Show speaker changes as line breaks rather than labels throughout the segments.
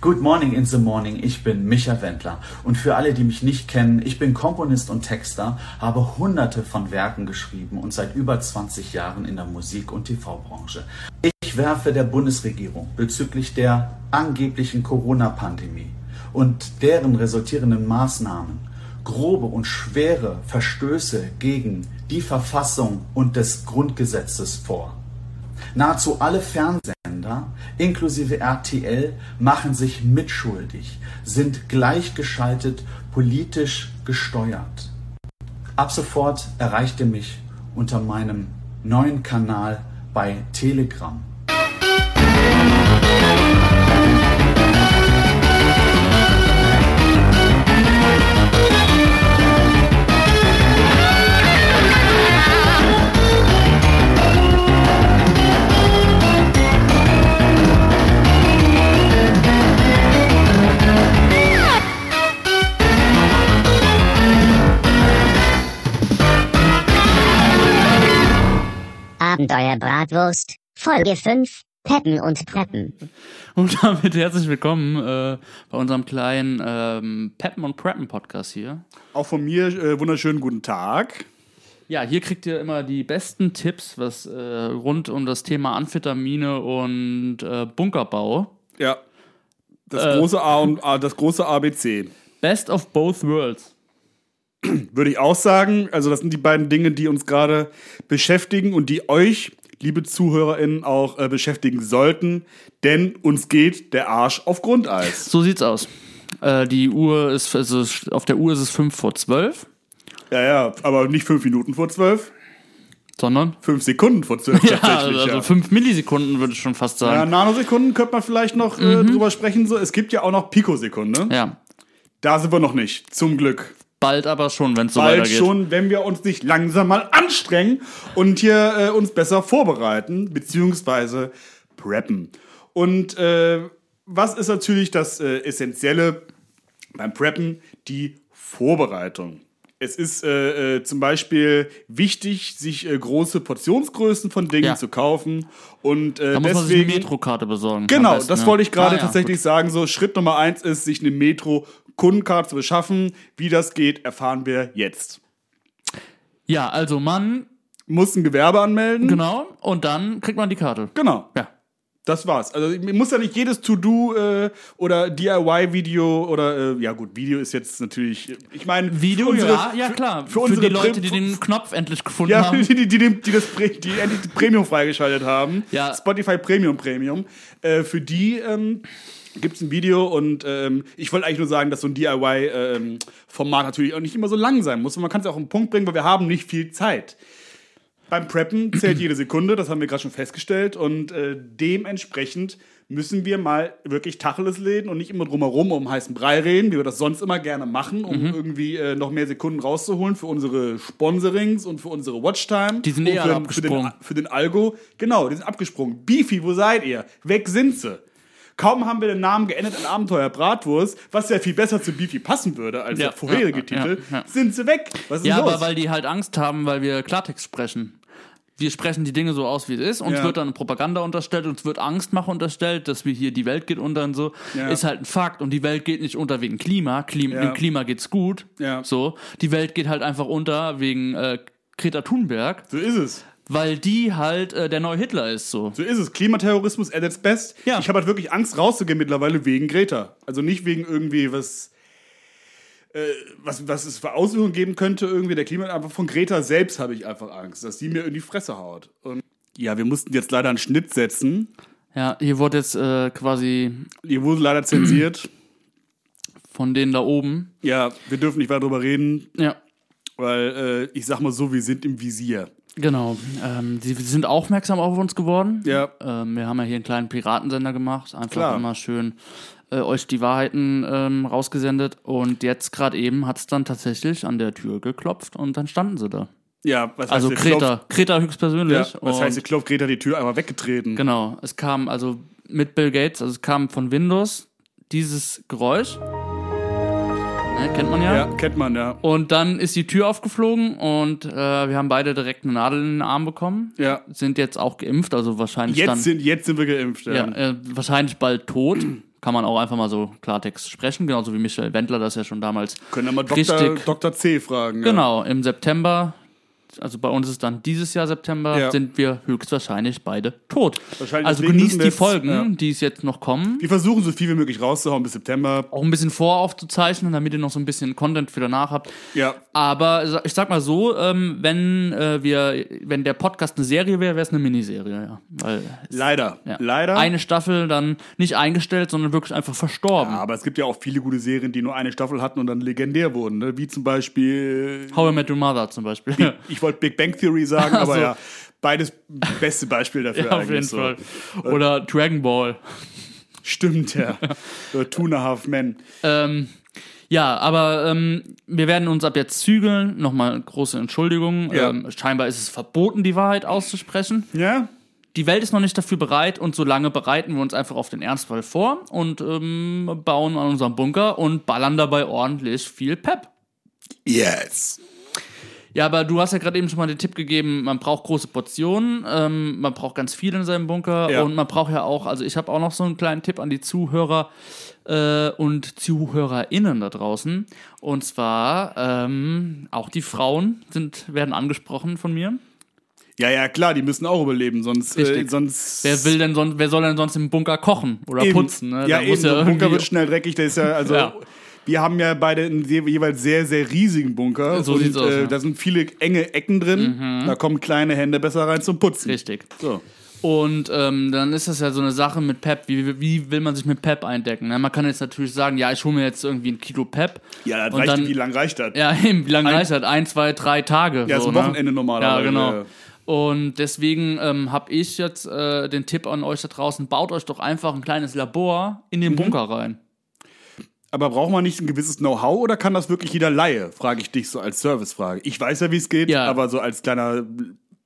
Good Morning in the Morning, ich bin Micha Wendler und für alle, die mich nicht kennen, ich bin Komponist und Texter, habe hunderte von Werken geschrieben und seit über 20 Jahren in der Musik- und TV-Branche. Ich werfe der Bundesregierung bezüglich der angeblichen Corona-Pandemie und deren resultierenden Maßnahmen grobe und schwere Verstöße gegen die Verfassung und des Grundgesetzes vor. Nahezu alle Fernsehsender, inklusive RTL, machen sich mitschuldig, sind gleichgeschaltet, politisch gesteuert. Ab sofort erreicht ihr mich unter meinem neuen Kanal bei Telegram.
Abenteuer Bratwurst, Folge 5, Peppen und Preppen.
Und damit herzlich willkommen äh, bei unserem kleinen ähm, Peppen und Preppen Podcast hier.
Auch von mir äh, wunderschönen guten Tag.
Ja, hier kriegt ihr immer die besten Tipps, was äh, rund um das Thema Amphetamine und äh, Bunkerbau.
Ja. Das
Äh.
große A und A, das große ABC.
Best of both worlds.
Würde ich auch sagen. Also, das sind die beiden Dinge, die uns gerade beschäftigen und die euch, liebe ZuhörerInnen, auch äh, beschäftigen sollten. Denn uns geht der Arsch auf Grundeis.
So sieht's aus. Äh, die Uhr ist, also auf der Uhr ist es 5 vor 12,
Ja, ja, aber nicht fünf Minuten vor zwölf,
sondern
fünf Sekunden vor zwölf
ja, ne.
tatsächlich.
also
ja.
5 Millisekunden würde ich schon fast
ja,
sagen.
Nanosekunden könnte man vielleicht noch äh, drüber sprechen. So, es gibt ja auch noch Pikosekunde.
Mhm. Ja,
Da sind wir noch nicht, zum Glück.
bald aber schon, wenn es so
bald
weitergeht.
schon, wenn wir uns nicht langsam mal anstrengen und hier äh, uns besser vorbereiten, beziehungsweise preppen. Und äh, was ist natürlich das äh, Essentielle beim Preppen? Die Vorbereitung. Es ist äh, äh, zum Beispiel wichtig, sich äh, große Portionsgrößen von Dingen
Ja.
zu kaufen. Und äh,
Da muss man sich eine
deswegen
Metrokarte besorgen.
Genau,
am besten,
das
ja.
wollte ich gerade
Ah, ja,
tatsächlich sagen. So, Schritt Nummer eins ist, sich eine Metro-Kundenkarte zu beschaffen. Wie das geht, erfahren wir jetzt.
gut. Ja, also Mann,
Muss ein Gewerbe anmelden.
genau, und dann kriegt man die Karte.
Genau,
Ja.
das war's. Also ich muss ja nicht jedes To-Do äh, oder DIY-Video oder äh, ja gut, Video ist jetzt natürlich. Ich meine,
Video,
für unsere,
ja, ja klar.
Für, für unsere
die Leute,
Prim-
die den Knopf endlich gefunden
ja,
haben.
die, die, die, die, das, Pre- die endlich das Premium freigeschaltet haben.
Ja.
Spotify Premium Premium. Äh, für die ähm, gibt es ein Video und ähm, ich wollte eigentlich nur sagen, dass so ein DIY-Format ähm, natürlich auch nicht immer so lang sein muss. Und man kann es auch auf den Punkt bringen, weil wir haben nicht viel Zeit. Beim Preppen zählt jede Sekunde, das haben wir gerade schon festgestellt. Und äh, dementsprechend müssen wir mal wirklich Tacheles reden und nicht immer drumherum um heißen Brei reden, wie wir das sonst immer gerne machen, um
Mhm.
irgendwie äh, noch mehr Sekunden rauszuholen für unsere Sponsorings und für unsere Watchtime.
Die sind
und
eh
für,
alle
den- für, den,
abgesprungen.
für den Algo. Genau, die sind abgesprungen. Beefy, wo seid ihr? Weg sind sie. Kaum haben wir den Namen geändert in Abenteuer Bratwurst, was ja viel besser zu Beefy passen würde als
Ja,
der vorherige
ja,
Titel,
ja, ja.
sind sie weg. Was ist
Ja,
los?
aber weil die halt Angst haben, weil wir Klartext sprechen. Wir sprechen die Dinge so aus, wie es ist. Uns
Ja.
wird dann Propaganda unterstellt, uns wird Angstmache unterstellt, dass wir hier die Welt geht unter und so.
Ja.
Ist halt ein Fakt. Und die Welt geht nicht unter wegen Klima. Klim
Ja.
Dem Klima geht's gut.
Ja.
So. Die Welt geht halt einfach unter wegen äh, Greta Thunberg,
so ist es.
weil die halt äh, der neue Hitler ist. So.
So ist es. Klimaterrorismus at its best.
Ja.
Ich habe halt wirklich Angst, rauszugehen mittlerweile wegen Greta. Also nicht wegen irgendwie was. Äh, was, was es für Auswirkungen geben könnte, irgendwie der Klima, aber von Greta selbst habe ich einfach Angst, dass die mir in die Fresse haut. Und ja, wir mussten jetzt leider einen Schnitt setzen.
Ja, hier wurde jetzt äh, quasi
Ihr wurde leider zensiert.
von denen da oben.
ja, wir dürfen nicht weiter drüber reden,
Ja,
weil äh, ich sag mal so, wir sind im Visier.
Genau. Ähm, sie sind aufmerksam auf uns geworden.
Ja.
Ähm, wir haben ja hier einen kleinen Piratensender gemacht. Einfach
Klar.
immer schön äh, euch die Wahrheiten ähm, rausgesendet. Und jetzt gerade eben hat es dann tatsächlich an der Tür geklopft und dann standen sie da.
Ja, was heißt
Also
ihr
Kreta. Kreta
Klopft,
höchstpersönlich.
ja, was heißt, ihr
und,
Klopft Greta die Tür einfach weggetreten?
Genau. Es kam also mit Bill Gates, also es kam von Windows dieses Geräusch. Ne, kennt man
Ja, kennt man, ja.
und dann ist die Tür aufgeflogen und äh, wir haben beide direkt eine Nadel in den Arm bekommen.
Ja.
Sind jetzt auch geimpft, also wahrscheinlich dann.
Jetzt sind, jetzt sind wir geimpft.
ja, äh, wahrscheinlich bald tot. kann man auch einfach mal so Klartext sprechen, genauso wie Michael Wendler das ja schon damals
Können wir mal Dr.
richtig
Dr. C fragen. ja.
Genau, im September, also bei uns ist dann dieses Jahr September,
Ja.
sind wir höchstwahrscheinlich beide tot.
Wahrscheinlich
also
deswegen
genießt
müssen wir
die
jetzt-
Folgen,
ja.
die es jetzt noch kommen.
Wir versuchen so viel wie möglich rauszuhauen bis September.
Auch ein bisschen voraufzuzeichnen, damit ihr noch so ein bisschen Content für danach habt.
Ja.
Aber sa- ich sag mal so, ähm, wenn äh, wir, wenn der Podcast eine Serie wäre, wäre es eine Miniserie, ja. Weil,
Leider.
ja.
Leider.
Eine Staffel dann nicht eingestellt, sondern wirklich einfach verstorben.
aber es gibt ja auch viele gute Serien, die nur eine Staffel hatten und dann legendär wurden. Ne? Wie zum Beispiel,
How I Met Your Mother zum Beispiel.
ich wollte Big Bang Theory sagen,
Ach
aber
so.
ja, beides beste Beispiel dafür
Ja, auf jeden
eigentlich. so.
Fall. Oder Dragon Ball.
Stimmt, ja. Äh, Two and a Half Men.
Ähm, ja, aber ähm, wir werden uns ab jetzt zügeln. Nochmal große Entschuldigung.
Ja.
Ähm, scheinbar ist es verboten, die Wahrheit auszusprechen.
Ja?
Die Welt ist noch nicht dafür bereit und solange bereiten wir uns einfach auf den Ernstfall vor und ähm, bauen an unserem Bunker und ballern dabei ordentlich viel Pep.
Yes.
Ja, aber du hast ja gerade eben schon mal den Tipp gegeben, man braucht große Portionen, ähm, man braucht ganz viel in seinem Bunker
Ja.
und man braucht ja auch, also ich habe auch noch so einen kleinen Tipp an die Zuhörer äh, und ZuhörerInnen da draußen. Und zwar, ähm, auch die Frauen sind, werden angesprochen von mir.
Ja, ja, klar, die müssen auch überleben, sonst. Äh,
Richtig.
sonst
Wer will denn sonst, wer soll denn sonst im Bunker kochen oder
Eben.
putzen? Ne?
Ja,
Da
eben.
muss
so ein Bunker
irgendwie-
wird schnell dreckig. Das ist ja, also,
Ja.
wir haben ja beide einen sehr, jeweils sehr, sehr riesigen Bunker.
So
und,
sieht's aus,
Äh,
ja. Mhm.
Da sind viele enge Ecken drin. Da kommen kleine Hände besser rein zum Putzen.
Richtig.
So.
Und ähm, dann ist das ja so eine Sache mit Pep. Wie, wie will man sich mit Pep eindecken? Ne? Man kann jetzt natürlich sagen, ja, ich hole mir jetzt irgendwie ein Kilo Pep.
Ja, das
Und
reicht,
dann-
wie lang reicht das?
Ja, eben, wie lange reicht das? Ein, zwei, drei Tage.
Ja,
so,
ist ein Wochenende
ne?
normalerweise,
Ja,
ja.
genau. Und deswegen ähm, habe ich jetzt äh, den Tipp an euch da draußen, baut euch doch einfach ein kleines Labor in
Mhm.
den Bunker rein.
Aber braucht man nicht ein gewisses Know-how oder kann das wirklich jeder Laie? Frage ich dich so als Servicefrage. Ich weiß ja, wie es geht,
Ja.
aber so als kleiner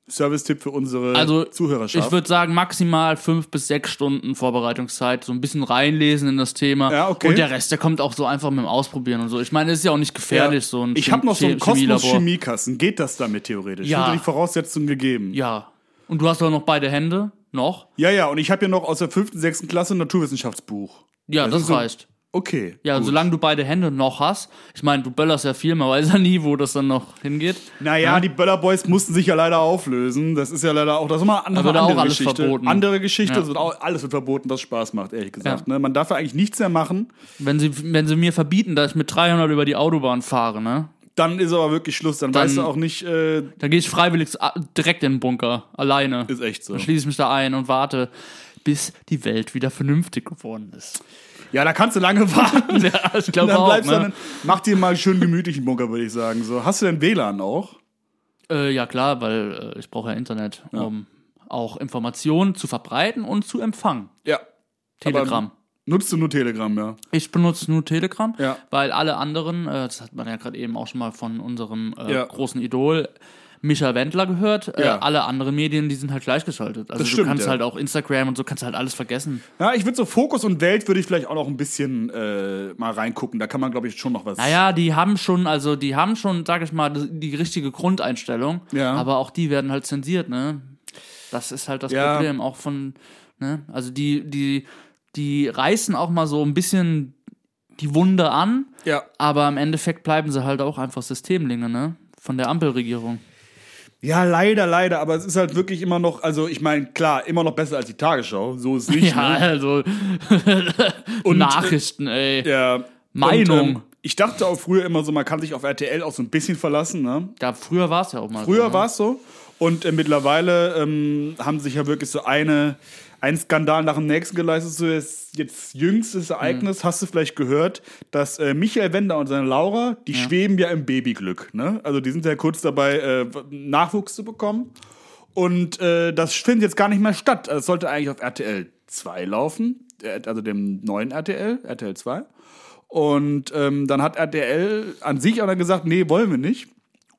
Service-Tipp für unsere
Also,
Äh, Zuhörerschaft.
ich würde sagen, maximal fünf bis sechs Stunden Vorbereitungszeit, so ein bisschen reinlesen in das Thema.
Ja, okay.
Und der Rest, der kommt auch so einfach mit dem Ausprobieren und so. Ich meine, es ist ja auch nicht gefährlich,
Ja.
so ein
ich habe noch so einen
Chem-
Kosmos
Chemielabor.
Chemiekasten. Geht das damit theoretisch?
Ja.
Sind da die Voraussetzungen gegeben?
Ja. Und du hast doch noch beide Hände? Noch?
ja, ja, und ich habe ja noch aus der fünften, sechsten Klasse ein Naturwissenschaftsbuch.
Ja,
Das
das,
ist so-
reicht.
Okay.
Ja, also
gut.
solange du beide Hände noch hast. Ich meine, du böllerst ja viel, man weiß ja nie, wo das dann noch hingeht.
Naja,
Ja.
die Böller Boys mussten sich ja leider auflösen. Das ist ja leider auch, das ist immer andere,
wird Also auch
andere
alles
Geschichte.
verboten.
Andere Geschichte,
Ja.
das wird auch, alles wird verboten, was Spaß macht, ehrlich gesagt. Ne? Man darf ja eigentlich nichts mehr machen.
Wenn sie, wenn sie mir verbieten, dass ich mit 300 über die Autobahn fahre, ne?
Dann ist aber wirklich Schluss. Dann,
Dann-
weißt du auch nicht, äh,
Dann gehe ich freiwillig a- direkt in den Bunker, alleine.
ist echt so.
Dann schließe ich mich da ein und warte, bis die Welt wieder vernünftig geworden ist.
Ja, da kannst du lange warten.
ja, ich glaube
Dann
auch,
bleibst du
ne?
dann, mach dir mal einen schönen gemütlichen Bunker, würde ich sagen. So, hast du denn WLAN auch?
Äh, ja, klar, weil äh, ich brauche ja Internet, um auch Informationen zu verbreiten und zu empfangen.
Ja.
Telegram.
Nutzt du nur Telegram, ja.
Ich benutze nur Telegram,
Ja.
weil alle anderen, äh, das hat man ja gerade eben auch schon mal von unserem äh,
Ja.
großen Idol Micha Wendler gehört, äh,
Ja.
alle anderen Medien, die sind halt gleichgeschaltet. Also
Das
du
stimmt,
kannst
ja.
halt auch Instagram und so kannst halt alles vergessen.
Ja, ich würde so Fokus und Welt würde ich vielleicht auch noch ein bisschen äh, mal reingucken. Da kann man, glaube ich, schon noch was.
Naja, die haben schon, also die haben schon, sag ich mal, die richtige Grundeinstellung,
Ja.
aber auch die werden halt zensiert, ne? Das ist halt das
Ja.
Problem, auch von, ne? Also die, die, die reißen auch mal so ein bisschen die Wunde an,
Ja.
Aber im Endeffekt bleiben sie halt auch einfach Systemlinge, ne? Von der Ampelregierung.
ja, leider, leider. Aber es ist halt wirklich immer noch, also ich meine, klar, immer noch besser als die Tagesschau. So ist nicht.
Ja,
Ne?
also. Nachrichten, ey.
ja.
Meinung.
Und, ähm, ich dachte auch früher immer so, man kann sich auf RTL auch so ein bisschen verlassen. Ne?
Da, früher war es ja auch mal. so,
Früher
ne?
war es so. Und äh, mittlerweile ähm, haben sich ja wirklich so eine, ein Skandal nach dem nächsten geleistet. So jetzt, jetzt jüngstes Ereignis, hast du vielleicht gehört, dass äh, Michael Wender und seine Laura, die schweben ja im Babyglück. Ne? Also die sind ja kurz dabei, äh, Nachwuchs zu bekommen. Und äh, das findet jetzt gar nicht mehr statt. Also Es sollte eigentlich auf RTL 2 laufen, äh, also dem neuen RTL, RTL 2. Und ähm, dann hat RTL an sich aber gesagt, nee, wollen wir nicht.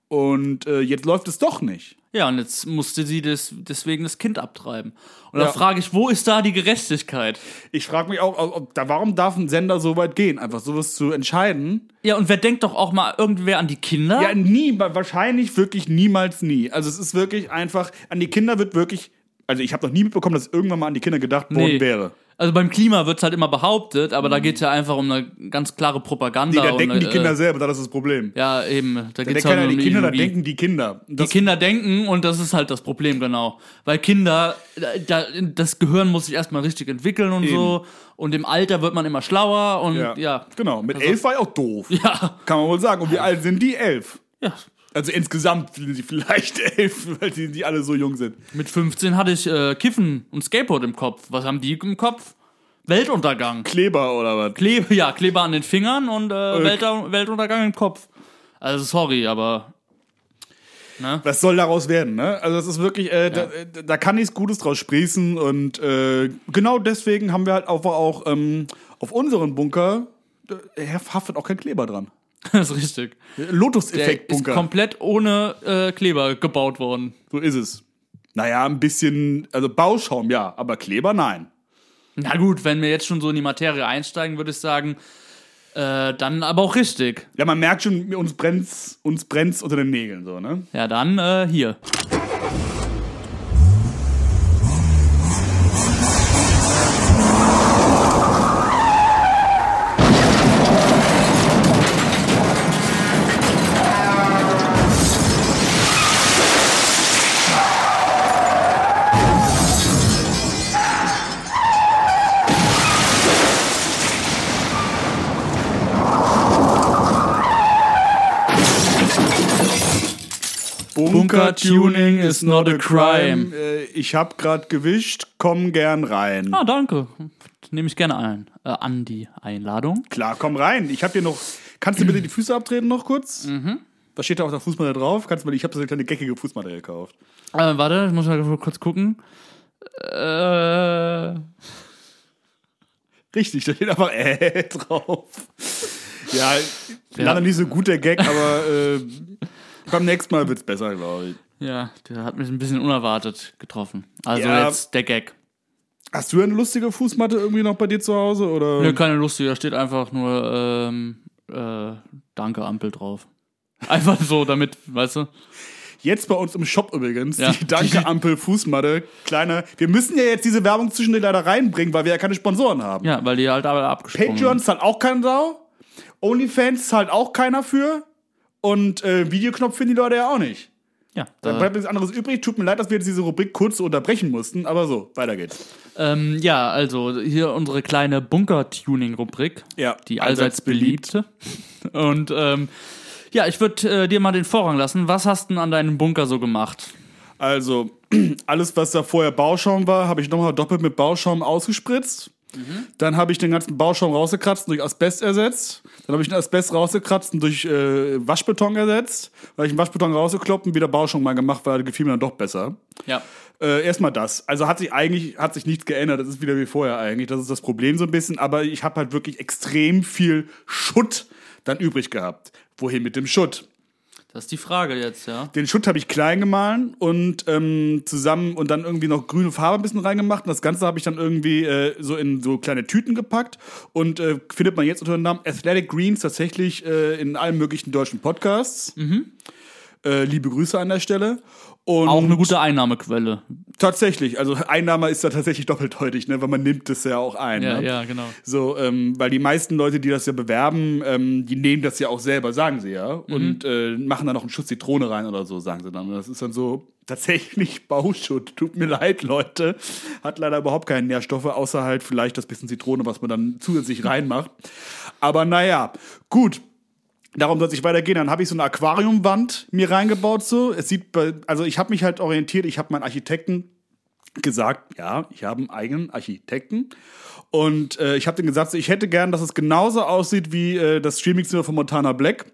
Und äh, jetzt läuft es doch nicht.
Ja, und jetzt musste sie des, deswegen das Kind abtreiben. Und
Ja.
da frage ich, wo ist da die Gerechtigkeit?
Ich frage mich auch, ob, ob, da, warum darf ein Sender so weit gehen, einfach sowas zu entscheiden?
Ja, und wer denkt doch auch mal irgendwer an die Kinder?
Ja, nie, wa- wahrscheinlich wirklich niemals nie. Also es ist wirklich einfach, an die Kinder wird wirklich, also ich habe noch nie mitbekommen, dass irgendwann mal an die Kinder gedacht worden
Nee.
wäre. Mhm.
Also beim Klima wird es halt immer behauptet, aber da geht es ja einfach um eine ganz klare Propaganda.
Nee, da
und
denken die
eine,
Kinder
äh,
selber, das ist das Problem.
ja, eben. Da,
Da
geht's
denken
halt
ja
nur
die
um
Kinder, da
Ideologie.
denken die Kinder.
Die
Das,
Kinder denken und das ist halt das Problem, genau. Weil Kinder, da- da, das Gehirn muss sich erstmal richtig entwickeln und so. Und im Alter wird man immer schlauer und ja. Ja, Also
Genau, mit elf war ich auch doof.
ja,
Kann man wohl sagen. Und wie alt sind die? Elf.
ja.
Also insgesamt sind sie vielleicht elf, weil die, die alle so jung sind.
Mit 15 hatte ich äh, Kiffen und Skateboard im Kopf. Was haben die im Kopf? Weltuntergang.
Kleber oder was?
Klebe, ja, Kleber an den Fingern und äh, Welta- Weltuntergang im Kopf. Also sorry, aber
Was soll daraus werden, ne? Also das ist wirklich, äh, da, äh, da kann nichts Gutes draus sprießen. Und äh, genau deswegen haben wir halt auch, auch ähm, auf unseren Bunker äh, haftet auch kein Kleber dran.
das ist richtig. Der ist
Lotus-Effekt-Bunker.
komplett ohne äh, Kleber gebaut worden.
So ist es. Naja, ein bisschen, also Bauschaum ja, aber Kleber nein.
Na gut, wenn wir jetzt schon so in die Materie einsteigen, würde ich sagen, äh, dann aber auch richtig.
Ja, man merkt schon, uns brennt's, uns brennt's unter den Nägeln so, ne?
Ja, dann äh, hier. Bunker-Tuning is not a crime.
Äh, ich hab grad gewischt, komm gern rein.
Ah, danke. Nehme ich gerne ein. Äh, an die Einladung.
Klar, komm rein. Ich hab hier noch. Kannst du bitte die Füße abtreten noch kurz? Mhm. Da steht da auf der Fußmatte drauf. Kannst du mal, ich habe so eine kleine geckige Fußmatte gekauft.
Äh, warte, ich muss mal kurz gucken. Äh,
Richtig, da steht einfach äh drauf. Ja, leider nicht so gut der Gag, aber äh, beim nächsten Mal wird's besser, glaube ich.
ja, der hat mich ein bisschen unerwartet getroffen. Also
Ja.
jetzt der Gag.
Hast du eine lustige Fußmatte irgendwie noch bei dir zu Hause? Oder?
Nö, keine Lust, da steht einfach nur ähm, äh, Danke Ampel drauf. Einfach so, damit, weißt du?
Jetzt bei uns im Shop übrigens,
Ja.
die Danke-Ampel-Fußmatte. Kleine. Wir müssen ja jetzt diese Werbung zwischendurch leider reinbringen, weil wir ja keine Sponsoren haben.
Ja, weil die halt aber abgesprungen
Patreon zahlt auch keine Sau. OnlyFans zahlt auch keiner für. Und äh, Videoknopf finden die Leute ja auch nicht.
Ja,
Dann
da,
bleibt nichts anderes übrig. Tut mir leid, dass wir jetzt diese Rubrik kurz unterbrechen mussten, aber so, weiter geht's.
ähm, ja, also hier unsere kleine Bunker-Tuning-Rubrik.
Ja,
Die allseits beliebte. Und ähm, ja, ich würde äh, dir mal den Vorrang lassen. Was hast du denn an deinem Bunker so gemacht?
Also, alles, was da vorher Bauschaum war, habe ich nochmal doppelt mit Bauschaum ausgespritzt. Dann habe ich den ganzen Bauschaum rausgekratzt und durch Asbest ersetzt. Dann habe ich den Asbest rausgekratzt und durch äh, Waschbeton ersetzt. Dann habe ich den Waschbeton rausgekloppt und wieder Bauschaum mal gemacht, weil gefiel mir dann doch besser.
Ja.
Äh, erstmal das. Also hat sich eigentlich hat sich nichts geändert. Das ist wieder wie vorher eigentlich. Das ist das Problem so ein bisschen. Aber ich habe halt wirklich extrem viel Schutt dann übrig gehabt. Wohin mit dem Schutt?
Das ist die Frage jetzt, ja.
Den Schutt habe ich klein gemahlen und ähm, zusammen und dann irgendwie noch grüne Farbe ein bisschen reingemacht. Und das Ganze habe ich dann irgendwie äh, so in so kleine Tüten gepackt. Und äh, findet man jetzt unter dem Namen Athletic Greens tatsächlich äh, in allen möglichen deutschen Podcasts. Äh, liebe Grüße an der Stelle. Und
Auch eine gute Einnahmequelle.
Tatsächlich, also Einnahme ist da tatsächlich doppeldeutig, ne? weil man nimmt es ja auch ein.
Ja,
ne?
ja, genau.
So, ähm, weil die meisten Leute, die das ja bewerben, ähm, die nehmen das ja auch selber, sagen sie ja.
Mhm.
Und äh, machen dann noch einen Schuss Zitrone rein oder so, sagen sie dann. Und das ist dann so tatsächlich Bauschutt. Tut mir leid, Leute. Hat leider überhaupt keine Nährstoffe, außer halt vielleicht das bisschen Zitrone, was man dann zusätzlich reinmacht. Aber naja, gut. Darum soll es nicht weitergehen. Dann habe ich so eine Aquariumwand mir reingebaut. So, es sieht, bei- also ich habe mich halt orientiert. Ich habe meinen Architekten gesagt, ja, ich habe einen eigenen Architekten. Und äh, ich habe den gesagt, so, ich hätte gern, dass es genauso aussieht wie äh, das Streamingzimmer von Montana Black.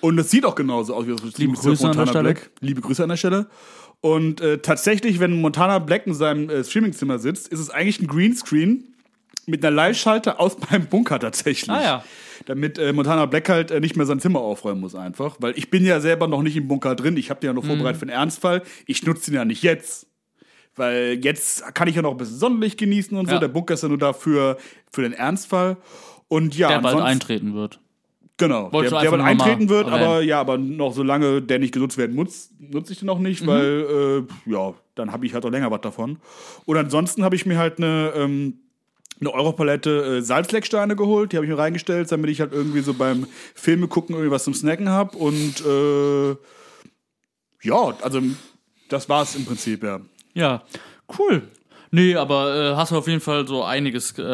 Und es sieht auch genauso aus wie das Streamingzimmer
Grüße
von
an der
Montana
Stelle.
Black. Liebe Grüße an der Stelle. Und äh, tatsächlich, wenn Montana Black in seinem äh, Streamingzimmer sitzt, ist es eigentlich ein Greenscreen mit einer Live-Schalter aus meinem Bunker tatsächlich.
Ah, ja.
Damit äh, Montana Black halt äh, nicht mehr sein Zimmer aufräumen muss einfach. Weil ich bin ja selber noch nicht im Bunker drin. Ich habe den ja
Mhm.
noch vorbereitet für den Ernstfall. Ich nutze den ja nicht jetzt. Weil jetzt kann ich ja noch ein bisschen Sonnenlicht genießen und so.
Ja.
Der Bunker ist ja nur dafür für den Ernstfall. Und ja,
Der bald
ansonsten-
eintreten wird.
Genau,
Wollte
der,
ich
der wohl
einfach nur mal
eintreten wird, aber
erwähnen.
ja, aber noch solange der nicht genutzt werden muss, nutze ich den auch
Mhm.
nicht, weil äh, ja, dann habe ich halt auch länger was davon. Und ansonsten habe ich mir halt eine, ähm, eine Europalette äh, Salzlecksteine geholt, die habe ich mir reingestellt, damit ich halt irgendwie so beim Filme gucken irgendwie was zum Snacken habe und äh, ja, also das war es im Prinzip, ja.
Ja, cool. Nee, aber äh, hast du auf jeden Fall so einiges äh,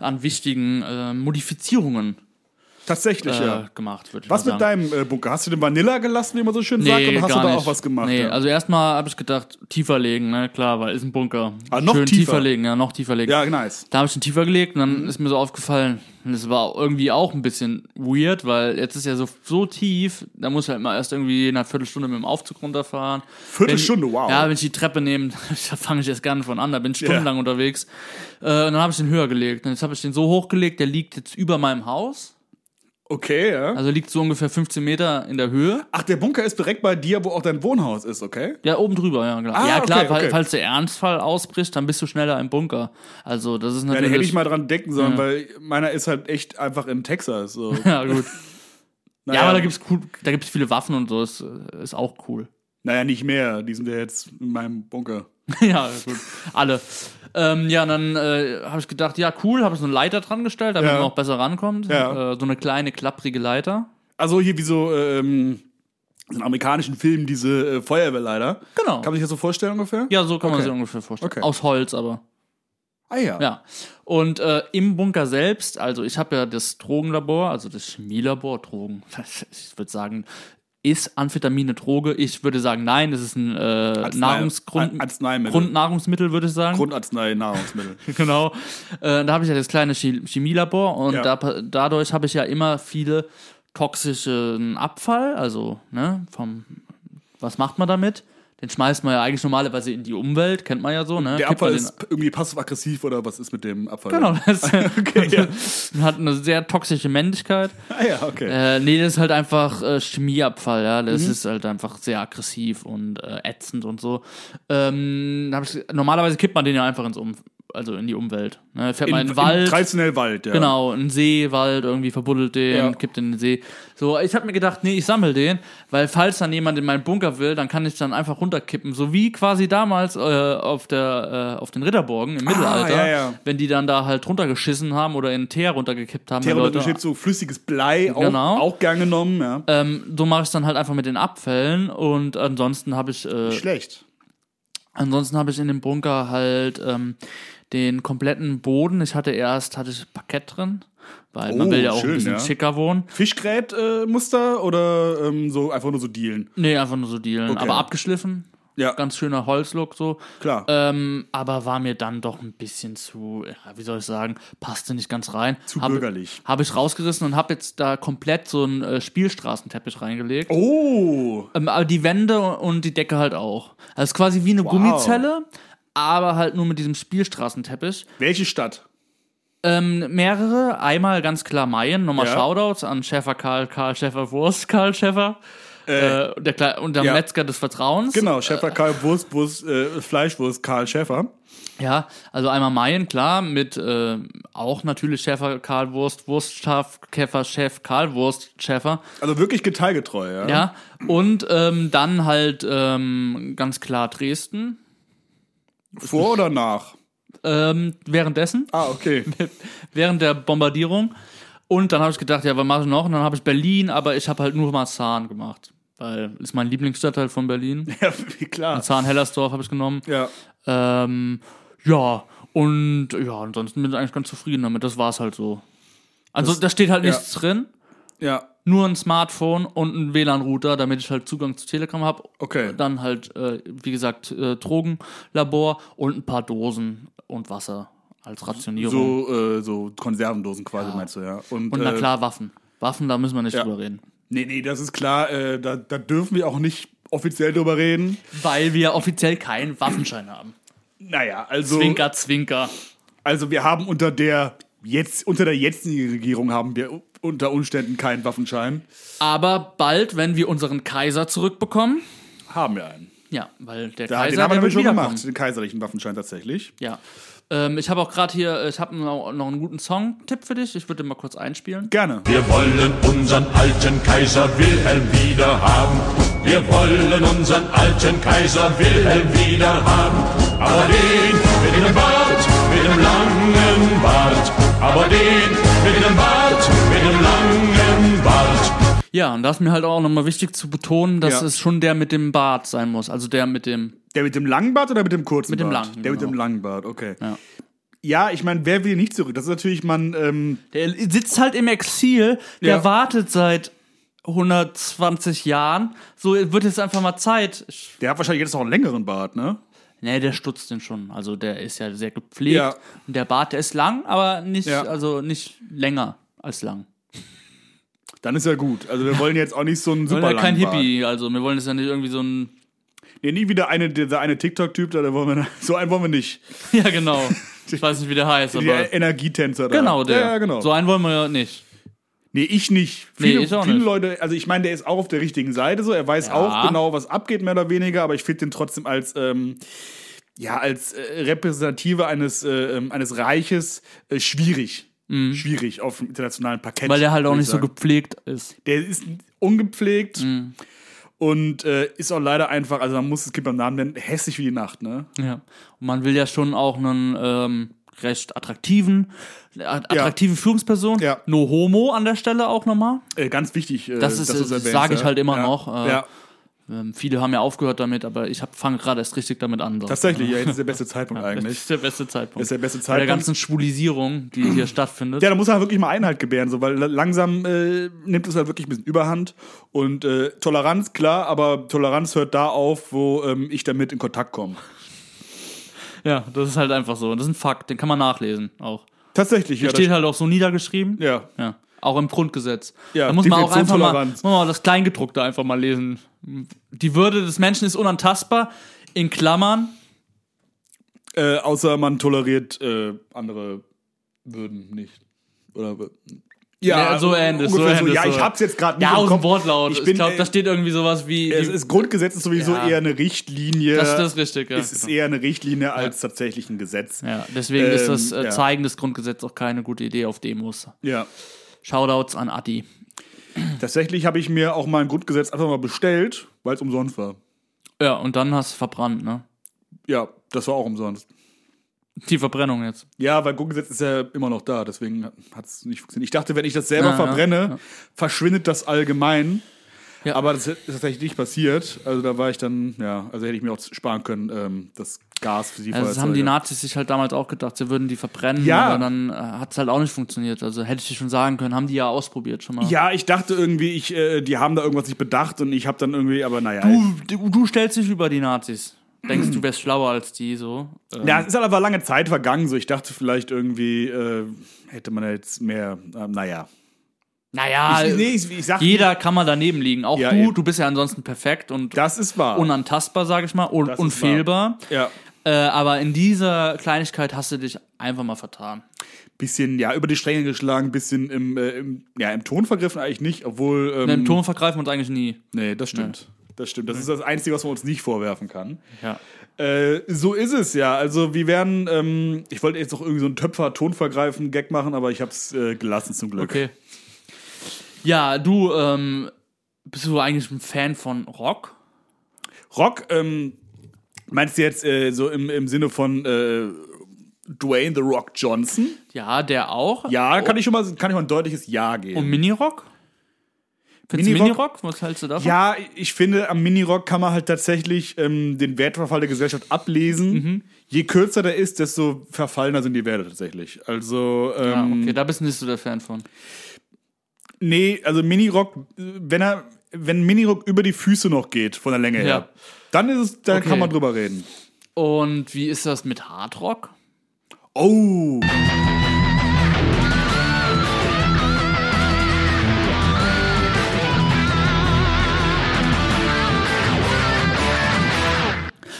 an wichtigen äh, Modifizierungen
Tatsächlich,
äh,
ja.
gemacht, würde ich
Was
mal
mit
sagen.
deinem äh, Bunker? Hast du den Vanilla gelassen, wie man so schön sagt, oder hast
gar
du da
nicht.
auch was gemacht?
Nee,
ja?
also erstmal habe ich gedacht, tiefer legen, ne? klar, weil ist ein Bunker.
Ah, noch
Schön
tiefer.
legen, ja, noch tiefer legen.
ja, Mhm. nice.
Da habe ich den tiefer gelegt und dann ist mir so aufgefallen, das war irgendwie auch ein bisschen weird, weil jetzt ist ja so, so tief, da muss halt mal erst irgendwie in einer Viertelstunde mit dem Aufzug runterfahren.
Viertelstunde,
wenn,
wow.
Ja, wenn ich die Treppe nehme, da fange ich erst gar nicht von an, da bin ich
Ja.
stundenlang unterwegs. Äh, und dann habe ich den höher gelegt. Und jetzt habe ich den so hochgelegt, der liegt jetzt über meinem Haus.
Okay, ja.
Also liegt so ungefähr 15 Meter in der Höhe.
Ach, der Bunker ist direkt bei dir, wo auch dein Wohnhaus ist, okay?
Ja, oben drüber, ja, klar.
Ah,
ja, klar,
okay,
fall-
okay.
falls der Ernstfall ausbricht, dann bist du schneller im Bunker. Also, das ist
Ja, da
natürlich.
hätte ich mal dran denken sollen, weil meiner ist halt echt einfach in Texas. So.
ja, gut.
Naja,
Ja, aber da gibt's cool, da gibt's viele Waffen und so, ist, äh, ist auch cool.
Naja, nicht mehr. Die sind ja jetzt in meinem Bunker.
ja, gut. Alle. Ähm, ja, und dann äh, habe ich gedacht, ja, cool, habe ich so eine Leiter dran gestellt, damit
Ja.
man auch besser rankommt.
Ja.
Äh, so eine kleine, klapprige Leiter.
Also hier wie so ähm, in amerikanischen Filmen diese äh, Feuerwehrleiter.
Genau.
Kann man sich das so vorstellen ungefähr?
ja, so kann man
Okay.
sich ungefähr vorstellen.
Okay.
Aus Holz aber.
Ah ja.
Ja. Und äh, im Bunker selbst, also ich habe ja das Drogenlabor, also das Chemielabor, Drogen, ich würde sagen, ist Amphetamin eine Droge? Ich würde sagen, nein, das ist ein äh,
Arznei-
Nahrungsgrund,
Ar- Arzneimittel.
Grundnahrungsmittel, würde ich sagen.
Grundarznei, Nahrungsmittel.
genau. Äh, da habe ich ja das kleine Chi- Chemielabor und
Ja.
da, dadurch habe ich ja immer viele toxischen Abfall, also ne, vom was macht man damit? Den schmeißt man ja eigentlich normalerweise in die Umwelt, kennt man ja so, ne?
der
Kippt man
Abfall
den-
ist p- irgendwie passiv-aggressiv oder was ist mit dem Abfall?
Genau, das
Okay, ja.
hat eine sehr toxische Männlichkeit.
Ah ja, okay.
Äh, nee, das ist halt einfach äh, Chemieabfall, ja. Das
Mhm.
ist halt einfach sehr aggressiv und äh, ätzend und so. Ähm, da hab ich, normalerweise kippt man den ja einfach ins um also in die Umwelt. Ne? Fährt man in den Wald.
traditionell Wald, ja.
Genau, ein See, Wald, irgendwie verbuddelt den,
Ja.
kippt in den See. So, ich habe mir gedacht, nee, ich sammle den, weil falls dann jemand in meinen Bunker will, dann kann ich dann einfach runterkippen. So wie quasi damals äh, auf, der, äh, auf den Ritterburgen im Mittelalter,
Ah, ja, ja.
wenn die dann da halt runtergeschissen haben oder in Teer runtergekippt haben. wenn
Terror
Leute-
steht so flüssiges Blei, auch,
Genau.
auch gern genommen, ja.
ähm, so mache ich dann halt einfach mit den Abfällen und ansonsten habe ich äh,
Schlecht.
Ansonsten habe ich in dem Bunker halt ähm, den kompletten Boden. Ich hatte erst hatte ich Parkett drin, weil man
Oh,
will ja auch
schön,
ein bisschen
ja.
schicker wohnen.
Fischgrätmuster oder ähm, so einfach nur so Dielen?
Nee, einfach nur so dealen,
Okay.
aber abgeschliffen.
Ja,
Ganz schöner Holzlook so.
klar.
Ähm, aber war mir dann doch ein bisschen zu, ja, wie soll ich sagen, passte nicht ganz rein.
Zu bürgerlich.
Habe ich rausgerissen und habe jetzt da komplett so einen äh, Spielstraßenteppich reingelegt.
oh,
Ähm, aber die Wände und die Decke halt auch. Also ist quasi wie eine Gummizelle, aber halt nur mit diesem Spielstraßenteppich.
welche Stadt?
Ähm, mehrere, einmal ganz klar Mayen, nochmal
Ja.
Shoutouts an Schäfer Karl, Karl Schäfer Wurst, Karl Schäfer. Äh, der Kle und der
ja.
Metzger des Vertrauens.
Genau, Schäfer Karl Wurst, Wurst äh, Fleischwurst Karl Schäfer.
Ja, also einmal Mayen, klar, mit äh, auch natürlich Schäfer Karl Wurst, Wurstschaf, Käfer, Chef, Karl Wurst, Schäfer.
Also wirklich geteilgetreu, ja.
Ja, und ähm, dann halt ähm, ganz klar Dresden.
Vor oder nach?
Ähm, währenddessen.
Ah, okay.
während der Bombardierung. Und dann habe ich gedacht, ja, was mache ich noch? Und dann habe ich Berlin, aber ich habe halt nur Marzahn gemacht. Weil ist mein Lieblingsstadtteil von Berlin.
ja,
Also
klar.
Marzahn-Hellersdorf habe ich genommen.
Ja.
Ähm, ja, und ja, ansonsten bin ich eigentlich ganz zufrieden damit. Das war es halt so. Also da steht halt
ja.
nichts drin.
Ja.
Nur ein Smartphone und ein WLAN-Router, damit ich halt Zugang zu Telegram habe.
Okay.
Dann halt, äh, wie gesagt, äh, Drogenlabor und ein paar Dosen und Wasser als Rationierung.
So, äh, so Konservendosen quasi meinst du, ja. Und,
Und na
äh,
klar, Waffen. Waffen, da müssen wir nicht drüber reden.
Nee, nee, das ist klar. Äh, da, da dürfen wir auch nicht offiziell drüber reden.
Weil wir offiziell keinen Waffenschein haben.
Naja, also.
Zwinker, zwinker.
Also wir haben unter der jetzt unter der jetzigen Regierung haben wir u- unter Umständen keinen Waffenschein.
Aber bald, wenn wir unseren Kaiser zurückbekommen.
Haben wir einen.
Ja, weil der
Da,
Kaiser
den haben
der
wir nämlich
wird
schon
wiederkommen.
gemacht, den kaiserlichen Waffenschein tatsächlich.
Ja. Ähm, ich habe auch gerade hier, ich habe noch, noch einen guten Song-Tipp für dich. Ich würde den mal kurz einspielen.
Gerne.
Wir wollen unseren alten Kaiser Wilhelm wieder haben. Wir wollen unseren alten Kaiser Wilhelm wieder haben. Aber den mit dem Bart, mit dem langen Bart. Aber den mit dem Bart, mit dem langen Bart.
Ja, und das ist mir halt auch nochmal wichtig zu betonen, dass
Ja.
es schon der mit dem Bart sein muss. Also der mit dem.
Der mit dem langen Bart oder mit dem kurzen
Mit dem
Bart?
langen,
Der mit
genau.
dem langen Bart, okay.
Ja.
Ja, ich meine, wer will nicht zurück? Das ist natürlich man. Ähm,
Der sitzt halt im Exil, der
Ja.
wartet seit 120 Jahren. So wird jetzt einfach mal Zeit. Ich
der hat wahrscheinlich jetzt auch einen längeren Bart, ne?
Nee, der stutzt den schon. Also der ist ja sehr gepflegt.
Ja.
Und der Bart, der ist lang, aber nicht,
Ja.
also nicht länger als lang.
Dann ist ja gut. Also wir wollen jetzt auch nicht so einen
Wir
super
wollen ja kein
langen Bart.
Hippie, also wir wollen jetzt ja nicht irgendwie so ein.
Nee, nie wieder eine, dieser eine TikTok-Typ, da da wollen wir, so einen wollen wir nicht.
Ja, genau. Ich weiß nicht, wie der heißt, aber.
Der Energietänzer da.
genau, der.
Ja, ja, genau.
So einen wollen wir ja nicht.
nee, ich nicht.
Nee,
Viele,
ich auch
viele
nicht.
Leute, also ich meine, der ist auch auf der richtigen Seite so, er weiß
Ja.
auch genau, was abgeht, mehr oder weniger, aber ich finde den trotzdem als, ähm, ja, als äh, Repräsentative eines, äh, ähm, eines Reiches äh, schwierig. Schwierig auf dem internationalen Parkett.
Mhm. Weil der halt auch
würd ich
nicht so Mhm.
sagen.
gepflegt ist.
Der ist ungepflegt und äh, ist auch leider einfach, also man muss das Kind beim Namen nennen, hässlich wie die Nacht, ne?
Ja. Und man will ja schon auch einen ähm, recht attraktiven, at- attraktive Führungsperson.
Ja.
No homo an der Stelle auch nochmal.
Äh, ganz wichtig. Äh,
Das ist-
dass du's
das
erwähnst,
sag ich
ja.
halt immer
ja.
noch, äh,
ja.
Ähm, viele haben ja aufgehört damit, aber ich fange gerade erst richtig damit an. so.
Tatsächlich, ja, jetzt ist der beste Zeitpunkt
Das
eigentlich.
ist der beste Zeitpunkt.
Das ist der beste
Bei der
Zeitpunkt.
ganzen Schwulisierung, die hier stattfindet.
Ja, da muss er halt wirklich mal Einhalt gebären, so, weil langsam äh, nimmt es halt wirklich ein bisschen Überhand. Und äh, Toleranz, klar, aber Toleranz hört da auf, wo ähm, ich damit in Kontakt komme.
Ja, das ist halt einfach so. Und das ist ein Fakt, den kann man nachlesen auch.
Tatsächlich, ja.
Der
das-
steht halt auch so niedergeschrieben.
ja.
Ja. Auch im Grundgesetz.
Ja,
da muss man auch einfach mal,
Definitionstoleranz.
muss man mal das Kleingedruckte einfach mal lesen. Die Würde des Menschen ist unantastbar, in Klammern.
Äh, außer man toleriert äh, andere Würden nicht. Oder. also
Ja, so ähnlich, so
ungefähr
ähnlich,
Ja,
so.
ich hab's jetzt gerade nicht
Ja,
im
aus
Kopf.
dem Wortlaut. Ich,
Ich bin,
glaube,
äh,
da steht irgendwie sowas wie.
Es
die-
ist, Grundgesetz ist sowieso
Ja.
eher eine Richtlinie.
Das- das ist richtig, ja,
Es ist
genau.
eher eine Richtlinie als tatsächlich ein Gesetz.
ja, deswegen ist das
Ähm,
äh,
ja.
Zeigen des Grundgesetzes auch keine gute Idee auf Demos.
ja.
Shoutouts an Adi.
Tatsächlich habe ich mir auch mal ein Grundgesetz einfach mal bestellt, weil es umsonst war.
Ja, und dann hast du verbrannt, ne?
Ja, das war auch umsonst.
Die Verbrennung jetzt.
Ja, weil Grundgesetz ist ja immer noch da, deswegen hat es nicht funktioniert. Ich dachte, wenn ich das selber
Ja, ja,
verbrenne, verschwindet das allgemein.
Ja.
Aber das ist tatsächlich nicht passiert. Also da war ich dann, ja, also hätte ich mir auch sparen können, ähm, Also das Gas für die
Ja, Also, das
Feuerzeuge.
haben die Nazis sich halt damals auch gedacht, sie würden die verbrennen,
Ja.
aber dann äh, hat es halt auch nicht funktioniert. Also hätte ich dir schon sagen können, haben die ja ausprobiert schon mal.
ja, ich dachte irgendwie, ich, äh, die haben da irgendwas nicht bedacht und ich habe dann irgendwie, aber naja.
Du, du, du stellst dich über die Nazis. Denkst du wärst schlauer als die, so. Äh,
Ja, es ist halt aber lange Zeit vergangen, so ich dachte vielleicht irgendwie äh, hätte man jetzt mehr, äh, naja.
naja,
Ich- nee, ich- ich sag-
jeder kann mal daneben liegen. Auch
Ja,
du,
eben.
du bist ja ansonsten perfekt und
Das ist wahr.
unantastbar, sage ich mal, und
Das ist
unfehlbar.
ja.
Äh, aber in dieser Kleinigkeit hast du dich einfach mal vertan.
Bisschen, ja, über die Stränge geschlagen, bisschen im, äh, im, ja, im Ton vergriffen eigentlich nicht, obwohl. Ähm,
Im Turm vergreifen wir uns eigentlich nie.
Nee, das stimmt. Das stimmt. Das ist das Einzige, was man uns nicht vorwerfen kann.
Ja.
Äh, so ist es ja. Also wir werden, ähm, ich wollte jetzt noch irgendwie so einen Töpfer-Ton vergreifen, Gag machen, aber ich hab's äh, gelassen zum Glück.
Okay. Ja, du, ähm, bist du eigentlich ein Fan von Rock?
Rock, ähm, meinst du jetzt äh, so im, im Sinne von äh, Dwayne The Rock Johnson?
Ja, der auch.
Ja, kann ich schon mal, kann ich mal ein deutliches Ja geben.
Und Minirock? Findest du
Minirock?
Minirock? Was hältst du davon?
Ja, ich finde, am Minirock kann man halt tatsächlich ähm, den Wertverfall der Gesellschaft ablesen.
Mhm.
Je kürzer der ist, desto verfallener sind die Werte tatsächlich. Also, ähm,
Ah, okay, da bist nicht so der Fan von.
nee, also Minirock, äh, wenn er, wenn Minirock über die Füße noch geht, von der Länge her, dann ist es, dann
Okay.
kann man drüber reden.
Und wie ist das mit Hardrock?
Oh!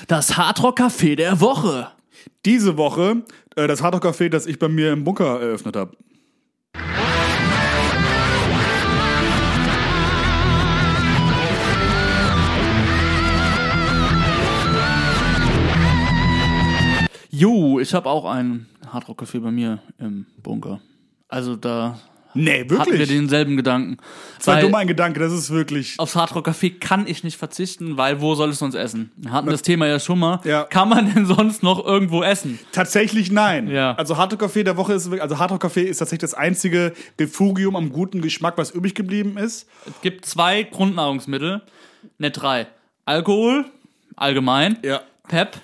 Das Hardrock-Café der Woche.
Diese Woche äh, das Hardrock Café, das ich bei mir im Bunker eröffnet habe.
Jo, ich habe auch einen Hardrock-Café bei mir im Bunker. Also da
Nee,
hatten wir
wirklich.
denselben Gedanken.
Das war
Weil-
dumm ein Gedanke, das ist wirklich.
aufs Hardrock-Café kann ich nicht verzichten, weil wo soll ich sonst essen? Wir hatten das Thema ja schon mal.
Ja.
Kann man denn sonst noch irgendwo essen?
Tatsächlich nein.
Ja.
Also Hardrock Café der Woche ist wirklich- also Hardrock Café ist tatsächlich das einzige Refugium am guten Geschmack, was übrig geblieben ist.
Es gibt zwei Grundnahrungsmittel, ne drei. Alkohol, allgemein,
Ja.
Pep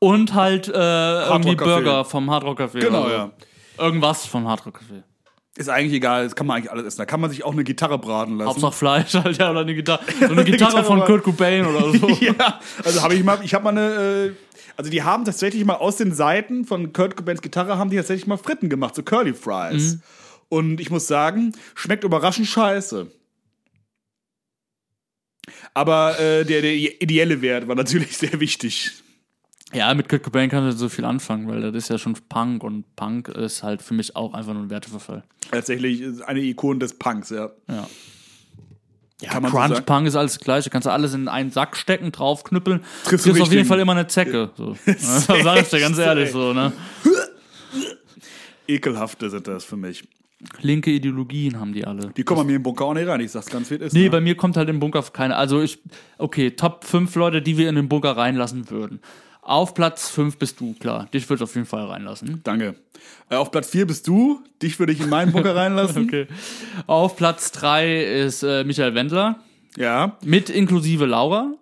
und halt äh, irgendwie
Hardrock-Café.
Burger vom Hardrock-Café.
Genau,
oder so.
ja.
Irgendwas vom Hardrock-Café.
Ist eigentlich egal, das kann man eigentlich alles essen. Da kann man sich auch eine Gitarre braten lassen.
Hauptsache Fleisch, halt, ja, oder eine Gitarre. So eine Gitarre
Gitarre
von
war-
Kurt Cobain oder so.
Genau. ja, also habe ich mal, ich habe mal eine, äh, also die haben tatsächlich mal aus den Seiten von Kurt Cobains Gitarre haben die tatsächlich mal Fritten gemacht, so Curly
Mhm.
Fries. Und ich muss sagen, schmeckt überraschend scheiße. Aber äh, der, der ideelle Wert war natürlich sehr wichtig.
Ja, mit Kurt Cobain kannst du nicht so viel anfangen, weil das ist ja schon Punk und Punk ist halt für mich auch einfach nur ein Werteverfall.
Tatsächlich ist eine Ikone des Punks, ja.
Ja. Ja,
Kann man so
Crunch
sagen.
Punk ist alles das gleiche. Kannst du alles in einen Sack stecken, draufknüppeln.
Triffst
Triffst
du
auf jeden
richtig.
Fall immer eine Zecke. So. Ja, sag ich dir ganz ehrlich so, ne?
Ekelhafte sind das für mich.
Linke Ideologien haben die alle.
Die kommen bei mir im Bunker auch nicht rein, ich sag's ganz viel ist.
Nee,
ne?
bei mir kommt halt im Bunker keine. Also ich, okay, Top 5 Leute, die wir in den Bunker reinlassen würden. Auf Platz 5 bist du, klar. Dich würde ich auf jeden Fall reinlassen.
Danke. Äh, auf Platz 4 bist du, dich würde ich in meinen Bunker reinlassen.
Okay. Auf Platz 3 ist äh, Michael Wendler.
Ja.
Mit inklusive Laura.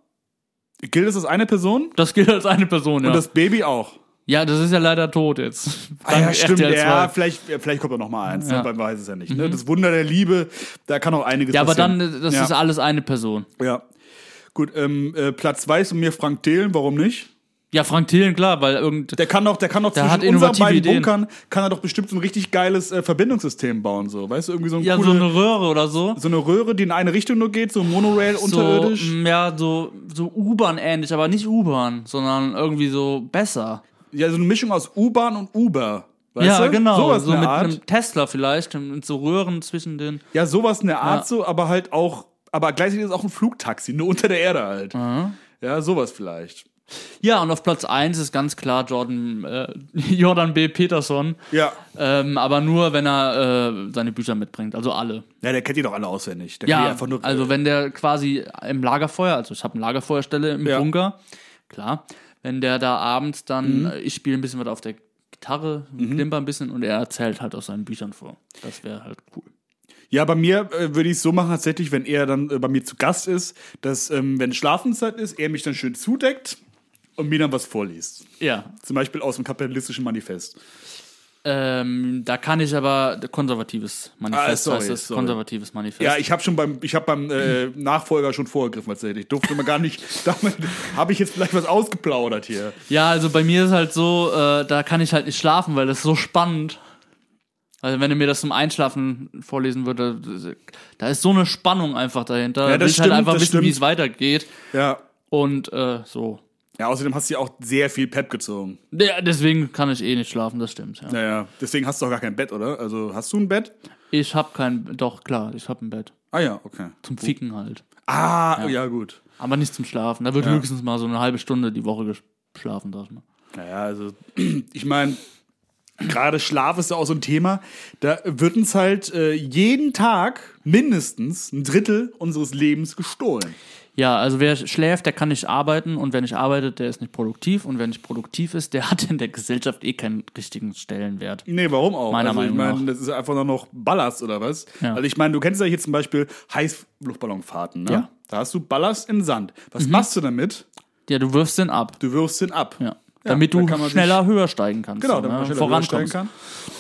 Gilt es als eine Person?
Das gilt als eine Person, ja.
Und das Baby auch.
ja, das ist ja leider tot jetzt.
Ah, ja,
Dank
stimmt.
RTL 2.
Ja, vielleicht, ja, vielleicht kommt da noch mal eins.
Ja. Mhm.
Ne? Man weiß es ja nicht. Ne? Das Wunder der Liebe, da kann auch einiges
Ja, aber
passieren.
dann, äh, das
ja.
ist alles eine Person.
Ja. Gut, ähm, äh, Platz 2 ist und mir Frank Thelen, warum nicht?
Ja, Frank Thelen, klar, weil irgend.
Der kann doch, der kann doch
Der hat
zwischen unseren
innovative
beiden
Ideen.
Bunkern, kann er doch bestimmt so ein richtig geiles äh, Verbindungssystem bauen, so. Weißt du, irgendwie so ein
ja,
coole,
so eine Röhre oder so.
so eine Röhre, die in eine Richtung nur geht, so Monorail
So,
unterirdisch.
mm, ja, so, so U-Bahn ähnlich, aber nicht U-Bahn, sondern irgendwie so besser.
Ja, so eine Mischung aus U-Bahn und Uber.
mm.
Weißt
ja,
du?
genau.
Sowas
so
in
mit
der Art.
einem Tesla vielleicht, mit so Röhren zwischen den.
Ja, sowas in der Art
Ja.
so, aber halt auch, aber gleichzeitig ist es auch ein Flugtaxi, nur unter der Erde halt. Ja, sowas vielleicht.
Ja, und auf Platz 1 ist ganz klar Jordan, äh, Jordan B. Peterson.
Ja.
Ähm, aber nur, wenn er äh, seine Bücher mitbringt. Also alle.
Ja, der kennt die doch alle auswendig. Der kennt die
Ja,
einfach nur.
also wenn der quasi im Lagerfeuer, also ich habe eine Lagerfeuerstelle im
Ja.
Bunker, klar, wenn der da abends
Mhm.
dann, äh, ich spiele ein bisschen was auf der Gitarre, klimper ein bisschen und er erzählt halt aus seinen Büchern vor. Das wäre halt cool.
ja, bei mir äh, würde ich es so machen, tatsächlich, wenn er dann äh, bei mir zu Gast ist, dass, ähm, wenn Schlafenszeit ist, er mich dann schön zudeckt und mir dann was vorliest.
Ja,
Zum Beispiel aus dem kapitalistischen Manifest.
ähm, da kann ich aber konservatives Manifest,
Ah, sorry,
heißt das,
sorry.
konservatives Manifest.
Ja, ich habe schon beim, ich hab beim äh, Nachfolger schon vorgegriffen, tatsächlich. Durfte man gar nicht. Damit habe ich jetzt vielleicht was ausgeplaudert hier.
Ja, also bei mir ist halt so, äh, da kann ich halt nicht schlafen, weil das ist so spannend. Also wenn du mir das zum Einschlafen vorlesen würdest, da ist so eine Spannung einfach dahinter.
Ja,
da will
das
ich halt
stimmt,
einfach
das
wissen, wie
stimmt.
es weitergeht.
Ja.
Und äh, so.
Ja, außerdem hast du ja auch sehr viel Pep gezogen.
Ja, deswegen kann ich eh nicht schlafen, das stimmt. Ja.
Naja, deswegen hast du auch gar kein Bett, oder? Also hast du ein Bett?
Ich hab kein, doch klar, ich hab ein Bett.
Ah ja, okay.
Zum Ficken halt.
Ah, ja, gut.
Aber nicht zum Schlafen. Da wird höchstens mal so eine halbe Stunde die Woche geschlafen, sag ich mal.
Naja, also ich meine, gerade Schlaf ist ja auch so ein Thema. Da wird uns halt äh, jeden Tag mindestens ein Drittel unseres Lebens gestohlen.
Ja, also wer schläft, der kann nicht arbeiten und wer nicht arbeitet, der ist nicht produktiv und wer nicht produktiv ist, der hat in der Gesellschaft eh keinen richtigen Stellenwert.
Nee, warum auch?
Meiner
also,
Meinung
ich meine,
nach.
das ist einfach nur noch Ballast oder was?
Ja.
Also ich meine, du kennst ja hier zum Beispiel Heißluftballonfahrten, ne?
Ja.
Da hast du Ballast in Sand. Was machst du damit?
Ja, du wirfst den ab.
Du wirfst den ab.
Ja. damit du
da kann man sich-
schneller höher steigen kannst.
Genau,
so,
damit man
ne?
schneller voransteigen kann.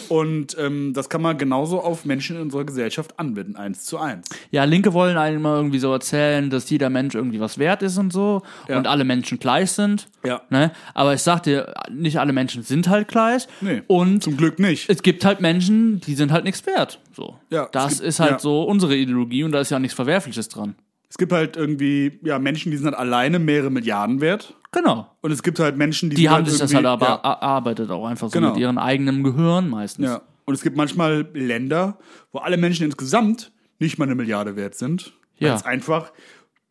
Und ähm, das kann man genauso auf Menschen in unserer Gesellschaft anwenden, eins zu eins.
Ja, Linke wollen einem immer irgendwie so erzählen, dass jeder Mensch irgendwie was wert ist und so und alle Menschen gleich sind.
Ja.
Ne? Aber ich sag dir, nicht alle Menschen sind halt gleich.
Nee,
Und
zum Glück nicht.
es gibt halt Menschen, die sind halt nichts wert. So.
Ja,
das
es gibt-
ist halt
ja.
so unsere Ideologie und da ist ja auch nichts Verwerfliches dran.
Es gibt halt irgendwie ja, Menschen, die sind halt alleine mehrere Milliarden wert.
Genau.
Und es gibt halt Menschen, die,
Die
sind
haben sich das halt
irgendwie-
aber erarbeitet, auch einfach so
Genau.
mit ihrem eigenen Gehirn
Ja,
meistens.
ja. Und es gibt manchmal Länder, wo alle Menschen insgesamt nicht mal eine Milliarde wert sind.
Ja.
Ganz einfach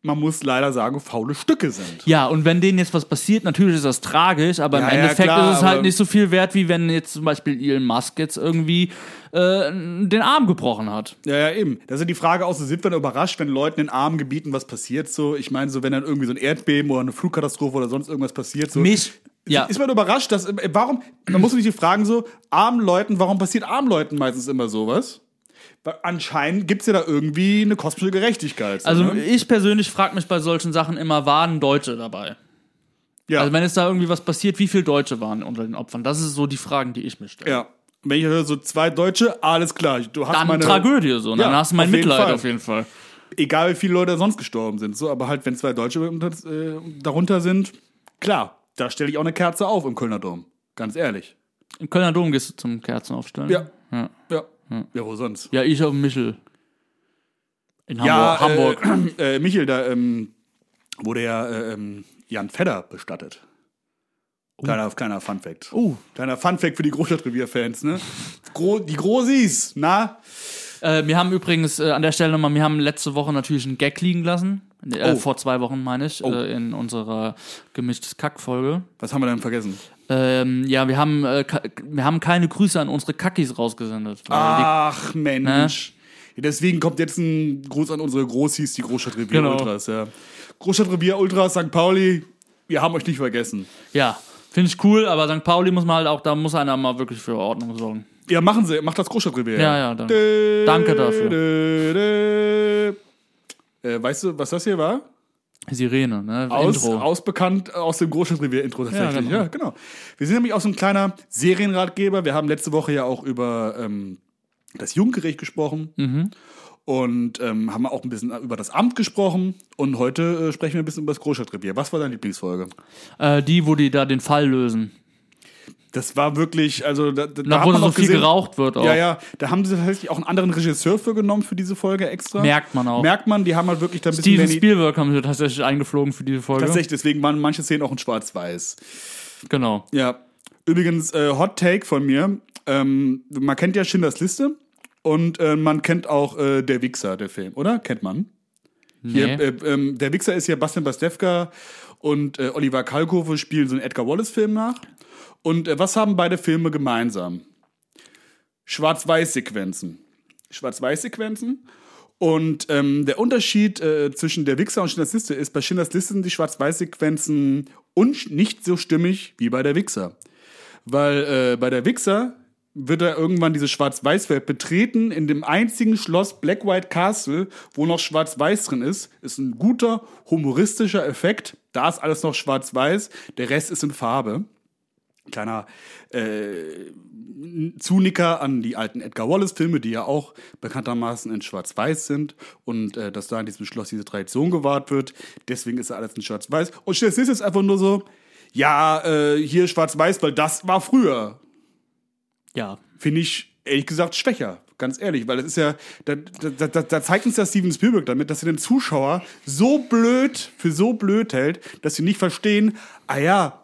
man muss leider sagen, faule Stücke sind.
Ja, und wenn denen jetzt was passiert, natürlich ist das tragisch, aber
Ja,
im
ja,
Endeffekt
klar,
ist es halt
aber-
nicht so viel wert, wie wenn jetzt zum Beispiel Elon Musk jetzt irgendwie äh, den Arm gebrochen hat.
Ja, ja, eben. Das ist ja die Frage auch, so sind wir dann überrascht, wenn Leuten in armen Gebieten was passiert? So, ich meine, so wenn dann irgendwie so ein Erdbeben oder eine Flugkatastrophe oder sonst irgendwas passiert, so.
Mich- ja.
Ist man überrascht, dass äh, warum, man muss sich die fragen, so, armen Leuten, warum passiert armen Leuten meistens immer sowas? Weil anscheinend gibt's ja da irgendwie eine kosmische Gerechtigkeit. so,
Also
ne?
ich persönlich frage mich bei solchen Sachen immer, waren Deutsche dabei?
ja.
Also wenn es da irgendwie was passiert, wie viele Deutsche waren unter den Opfern? Das ist so die Fragen, die ich mir stelle.
ja. Wenn ich höre, so zwei Deutsche, alles klar, du hast
Dann
meine.
Tragödie so, ne? dann
Ja,
hast du mein
auf jeden
Mitleid
Fall.
auf jeden Fall.
egal wie viele Leute sonst gestorben sind, so, aber halt, wenn zwei Deutsche unter, äh, darunter sind, klar, da stelle ich auch eine Kerze auf im Kölner Dom. Ganz ehrlich.
Im Kölner Dom gehst du zum Kerzen aufstellen?
Ja.
Ja,
Ja.
Hm.
Ja, wo sonst?
ja ich auf Michel. In Hamburg.
Ja,
Hamburg.
Äh, äh, Michel, da ähm, wurde ja äh, ähm, Jan Fedder bestattet. Kleiner, kleiner Funfact.
Oh.
Kleiner Funfact für die Großstadtrevier-Fans, ne? Gro die Großis, na?
Äh, wir haben übrigens äh, an der Stelle nochmal, wir haben letzte Woche natürlich einen Gag liegen lassen. Äh,
Oh.
Vor zwei Wochen, meine ich, äh, in unserer gemischtes Kack-Folge.
Was haben wir denn vergessen?
Ähm, ja, wir haben, äh, ka- wir haben keine Grüße an unsere Kackis rausgesendet. weil
Ach, Mensch. Ja, deswegen kommt jetzt ein Gruß an unsere Großis, die Großstadtrevier
Genau.
Ultras. Ja. Großstadtrevier Ultras, St. Pauli, wir haben euch nicht vergessen.
die, ja, finde ich cool, aber St. Pauli muss man halt auch, da muss einer mal wirklich für Ordnung sorgen.
Ja, machen Sie, macht das Großstadtrevier.
Ja, ja, danke.
Dö,
Danke dafür.
dö, dö. Äh, weißt du, was das hier war?
Sirene, ne?
Aus,
Intro.
aus bekannt aus dem Großstadtrevier-Intro tatsächlich.
genau.
Ja genau. Wir sind nämlich auch so ein kleiner Serienratgeber. Wir haben letzte Woche ja auch über ähm, das Jugendgericht gesprochen
Mhm.
und ähm, haben auch ein bisschen über das Amt gesprochen. Und heute äh, sprechen wir ein bisschen über das Großstadtrevier. Was war deine Lieblingsfolge?
Äh, die, wo die da den Fall lösen.
Das war wirklich, also da, da,
Da,
hat
wo
man
so
auch
viel
gesehen-
geraucht wird auch.
Ja, ja, da haben sie tatsächlich auch einen anderen Regisseur für genommen für diese Folge extra.
Merkt man auch.
Merkt man, die haben halt wirklich da ein bisschen
Steven
mehr in die-
Spielberg haben wir tatsächlich eingeflogen für diese Folge.
Tatsächlich, deswegen waren manche Szenen auch in schwarz-weiß.
Genau.
Ja. Übrigens, äh, Hot Take von mir. Ähm, man kennt ja Schindlers Liste und äh, man kennt auch äh, Der Wichser, der Film, oder? Kennt man? Hier,
Nee.
äh, ähm, der Wichser ist hier Bastian Pastewka und äh, Oliver Kalkofe spielen so einen Edgar Wallace-Film nach. Und äh, was haben beide Filme gemeinsam? Schwarz-Weiß-Sequenzen. Schwarz-Weiß-Sequenzen. Und ähm, der Unterschied äh, zwischen der Wichser und Schindlers Liste ist, bei Schindlers Liste sind die Schwarz-Weiß-Sequenzen unsch- nicht so stimmig wie bei der Wichser. Weil äh, bei der Wichser wird er irgendwann diese Schwarz-Weiß-Welt betreten, in dem einzigen Schloss Black White Castle, wo noch Schwarz-Weiß drin ist. Ist ein guter, humoristischer Effekt. Da ist alles noch Schwarz-Weiß, der Rest ist in Farbe. Kleiner Zunicker an die alten Edgar Wallace-Filme, die ja auch bekanntermaßen in Schwarz-Weiß sind und äh, dass da in diesem Schloss diese Tradition gewahrt wird. Deswegen ist ja alles in Schwarz-Weiß. Und es ist jetzt einfach nur so, ja, äh, hier Schwarz-Weiß, weil das war früher.
Ja.
Finde ich ehrlich gesagt schwächer. Ganz ehrlich, weil es ist ja, da, da, da, da zeigt uns ja Steven Spielberg damit, dass er den Zuschauer so blöd für so blöd hält, dass sie nicht verstehen, ah ja,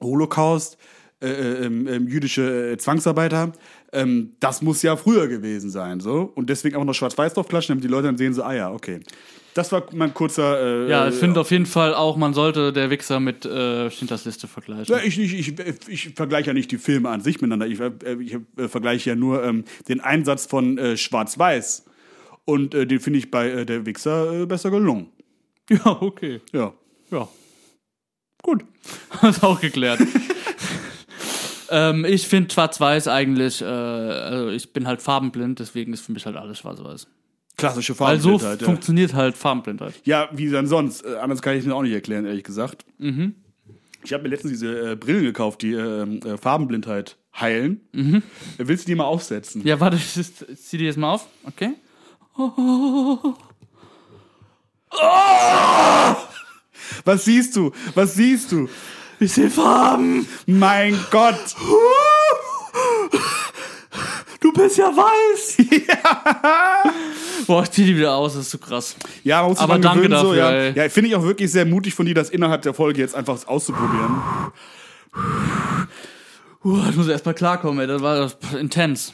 Holocaust, äh, äh, ähm, ähm, jüdische äh, Zwangsarbeiter, ähm, das muss ja früher gewesen sein, so. Und deswegen auch noch schwarz-weiß draufklatschen, damit die Leute dann sehen, so, ah ja, okay. Das war mein kurzer. Äh,
Ja, ich
äh,
finde auf jeden Fall auch, man sollte der Wichser mit äh, Schindlers Liste vergleichen.
Ja, Ich, ich, ich, ich vergleiche ja nicht die Filme an sich miteinander. Ich, äh, ich äh, vergleiche ja nur ähm, den Einsatz von äh, Schwarz-Weiß. Und äh, den finde ich bei äh, der Wichser äh, besser gelungen.
Ja, okay.
Ja.
Ja. Gut. Hast auch geklärt. ähm, ich finde Schwarz-Weiß eigentlich, äh, also ich bin halt farbenblind, deswegen ist für mich halt alles Schwarz-Weiß.
Klassische
Weil so
Farbenblindheit, ja.
funktioniert halt Farbenblindheit.
äh, Ja, wie denn sonst? Äh, anders kann ich es mir auch nicht erklären, ehrlich gesagt. Ich habe mir letztens diese äh, Brillen gekauft, die ähm, äh, Farbenblindheit heilen. Äh, Willst du die mal aufsetzen?
Ja, warte, ich, ich zieh die jetzt mal auf. Okay.
Was siehst du? Was siehst du?
Ich sehe Farben.
Mein Gott!
Du bist ja weiß. Boah, ich zieh die wieder aus, das ist so krass.
Ja, man muss sich
Aber
dran
danke
gewöhnen, so,
dafür,
ja.
ey.
Ja, finde ich auch wirklich sehr mutig von dir, das innerhalb der Folge jetzt einfach auszuprobieren.
Puh, ich muss erstmal klarkommen, ey. Das war das, pff, intens.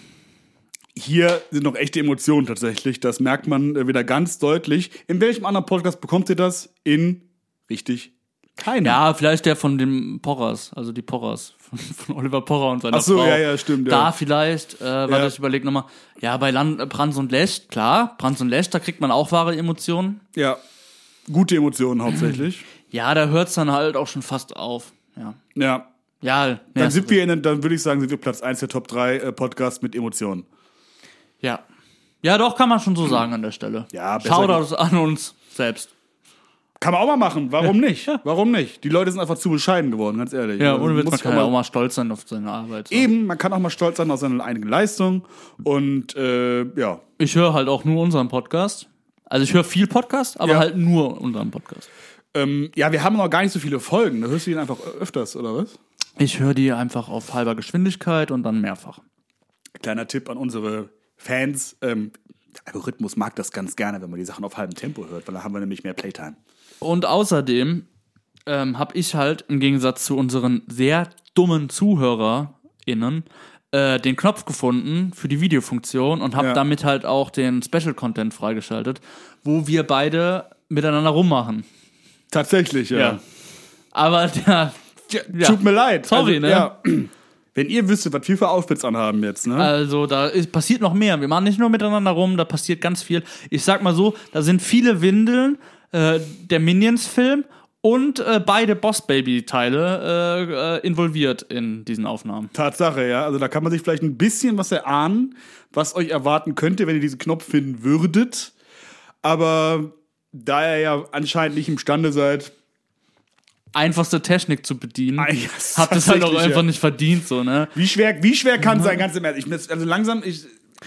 hier sind noch echte Emotionen tatsächlich. Das merkt man äh, wieder ganz deutlich. In welchem anderen Podcast bekommt ihr das? In richtig keinem.
Ja, vielleicht der von dem Porras, also die Porras von, von Oliver Porra und seiner
Ach so,
Frau.
ja, ja, stimmt, ja.
Da vielleicht, äh, weil
Ja.
ich überlege nochmal, ja, bei Land, äh, Brands und Lesch, klar, Brands und Lesch, da kriegt man auch wahre Emotionen.
Ja. Gute Emotionen hauptsächlich.
Ja, da hört's dann halt auch schon fast auf. Ja,
ja.
ja nee,
Dann
hast
sind
du recht.
wir in, dann würde ich sagen, sind wir Platz 1 der Top 3 äh, Podcasts mit Emotionen.
Ja. ja, doch, kann man schon so sagen an der Stelle.
Ja, besser
Shoutouts an uns selbst.
Kann man auch mal machen. Warum nicht? Warum nicht? Die Leute sind einfach zu bescheiden geworden, ganz ehrlich.
Ja,
Also,
ohne Witz,
muss
man
ich
kann ja auch mal stolz sein auf seine Arbeit. so.
Eben, man kann auch mal stolz sein auf seine eigene Leistung. Und äh, ja,
Ich höre halt auch nur unseren Podcast. Also ich höre viel Podcast, aber
Ja.
halt nur unseren Podcast.
Ähm, ja, wir haben noch gar nicht so viele Folgen. Da hörst du ihn einfach ö- öfters, oder was?
Ich höre die einfach auf halber Geschwindigkeit und dann mehrfach.
Kleiner Tipp an unsere Fans. Ähm, der Algorithmus mag das ganz gerne, wenn man die Sachen auf halbem Tempo hört, weil da haben wir nämlich mehr Playtime.
Und außerdem ähm, habe ich halt im Gegensatz zu unseren sehr dummen ZuhörerInnen äh, den Knopf gefunden für die Videofunktion und habe
Ja.
damit halt auch den Special Content freigeschaltet, wo wir beide miteinander rummachen.
Tatsächlich, ja.
Aber der, ja.
Tut mir leid. Also,
Sorry, ne?
Ja. Wenn ihr wüsstet, was wir für Outfits anhaben jetzt, ne?
Also da ist, passiert noch mehr. Wir machen nicht nur miteinander rum, da passiert ganz viel. Ich sag mal so, da sind viele Windeln, äh, der Minions-Film und äh, beide Boss-Baby-Teile äh, äh, involviert in diesen Aufnahmen.
Tatsache, ja. Also da kann man sich vielleicht ein bisschen was erahnen, was euch erwarten könnte, wenn ihr diesen Knopf finden würdet. Aber da ihr ja anscheinend nicht imstande seid,
Einfachste Technik zu bedienen.
Ah, ja, das
Habt es halt auch
tatsächlich,
einfach
ja.
nicht verdient, so, ne?
Wie schwer, wie schwer kann es
Mhm.
sein, ganz im Ernst? Ich, bin jetzt- also langsam, ich,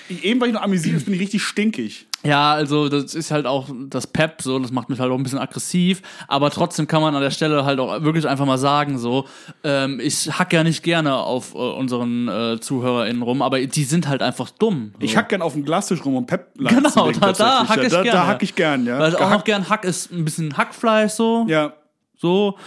ich, eben war ich noch amüsiert, jetzt bin ich richtig stinkig.
Ja, also das ist halt auch das Pep, so, das macht mich halt auch ein bisschen aggressiv, aber trotzdem kann man an der Stelle halt auch wirklich einfach mal sagen, so, ähm, ich hack ja nicht gerne auf äh, unseren äh, ZuhörerInnen rum, aber die sind halt einfach dumm. So.
Ich hack gern auf dem Glastisch rum und Pep
Genau, da, da hack ich
da,
gern.
Da
ja.
hack ich gern, ja.
Weil auch
Gehackt,
noch gern Hack ist ein bisschen Hackfleisch, so.
ja.
so.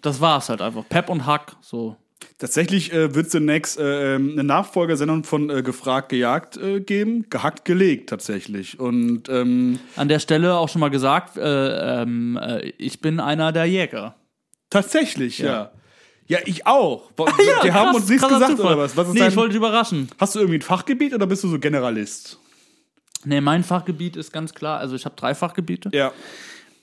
Das war's halt einfach. Pep und Hack, so.
Tatsächlich äh, wird demnächst äh, ähm, eine Nachfolgersendung von äh, Gefragt gejagt äh, geben. Gehackt gelegt tatsächlich. Und ähm,
An der Stelle auch schon mal gesagt, äh, ähm, äh, ich bin einer der Jäger.
tatsächlich, ja. ja. ich auch. Wa- Die
Ja,
haben
krass,
uns nichts
krasser
gesagt
Zufall.
oder was? was ist
nee,
dein,
ich wollte dich überraschen.
hast du irgendwie ein Fachgebiet oder bist du so Generalist?
Nee, mein Fachgebiet ist ganz klar, also ich habe drei Fachgebiete.
Ja.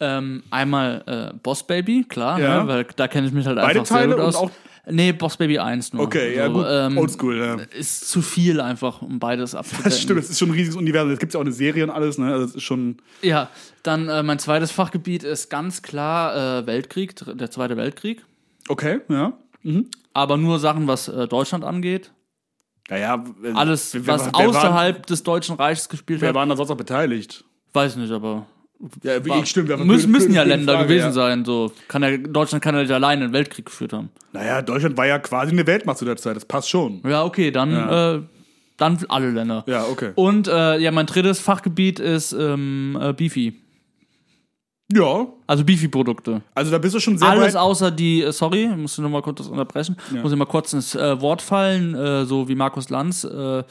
Ähm, einmal äh, Boss Baby, klar,
Ja.
ne, weil da kenne ich mich halt
Beide
einfach sehr
Teile
gut
und
aus.
auch-
nee, Boss Baby 1 nur.
Okay, ja
Also,
gut.
ähm,
Oldschool, ja.
Ist zu viel einfach, um beides abzudecken.
Das stimmt, es ist schon ein riesiges Universum. Es gibt ja auch eine Serie und alles, ne? Also es ist schon.
Ja, dann äh, mein zweites Fachgebiet ist ganz klar äh, Weltkrieg, dr- der Zweite Weltkrieg.
Okay, ja.
Aber nur Sachen, was äh, Deutschland angeht.
Naja,
Alles, was
Waren,
außerhalb des Deutschen Reiches gespielt
wer
wird.
waren da sonst noch beteiligt?
Weiß nicht, aber.
Ja,
war- müssen, müssen ja Länder gewesen sein. So. Kann ja, Deutschland kann ja nicht alleine einen Weltkrieg geführt haben.
Naja, Deutschland war ja quasi eine Weltmacht zu der Zeit. Das passt schon.
Ja, okay, dann,
Ja.
Äh, dann alle Länder.
Ja, okay.
Und äh, ja, mein drittes Fachgebiet ist ähm, äh, Beefy.
Ja,
Also Beefy-Produkte.
also da bist du schon sehr
Alles
weit.
außer die, äh, sorry, muss ich nochmal kurz das unterbrechen, muss ich mal kurz ins äh, Wort fallen, äh, so wie Markus Lanz äh, äh,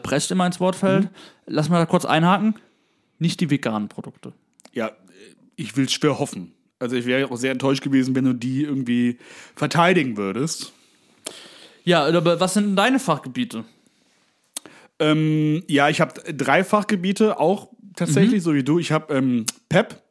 prescht immer ins Wort
Mhm.
fällt. Lass mal da kurz einhaken. Nicht die veganen Produkte.
Ja, ich will schwer hoffen. Also ich wäre ja auch sehr enttäuscht gewesen, wenn du die irgendwie verteidigen würdest.
Ja, aber was sind denn deine Fachgebiete?
Ähm, ja, ich habe drei Fachgebiete, auch tatsächlich,
Mhm.
so wie du. Ich habe ähm, PEP,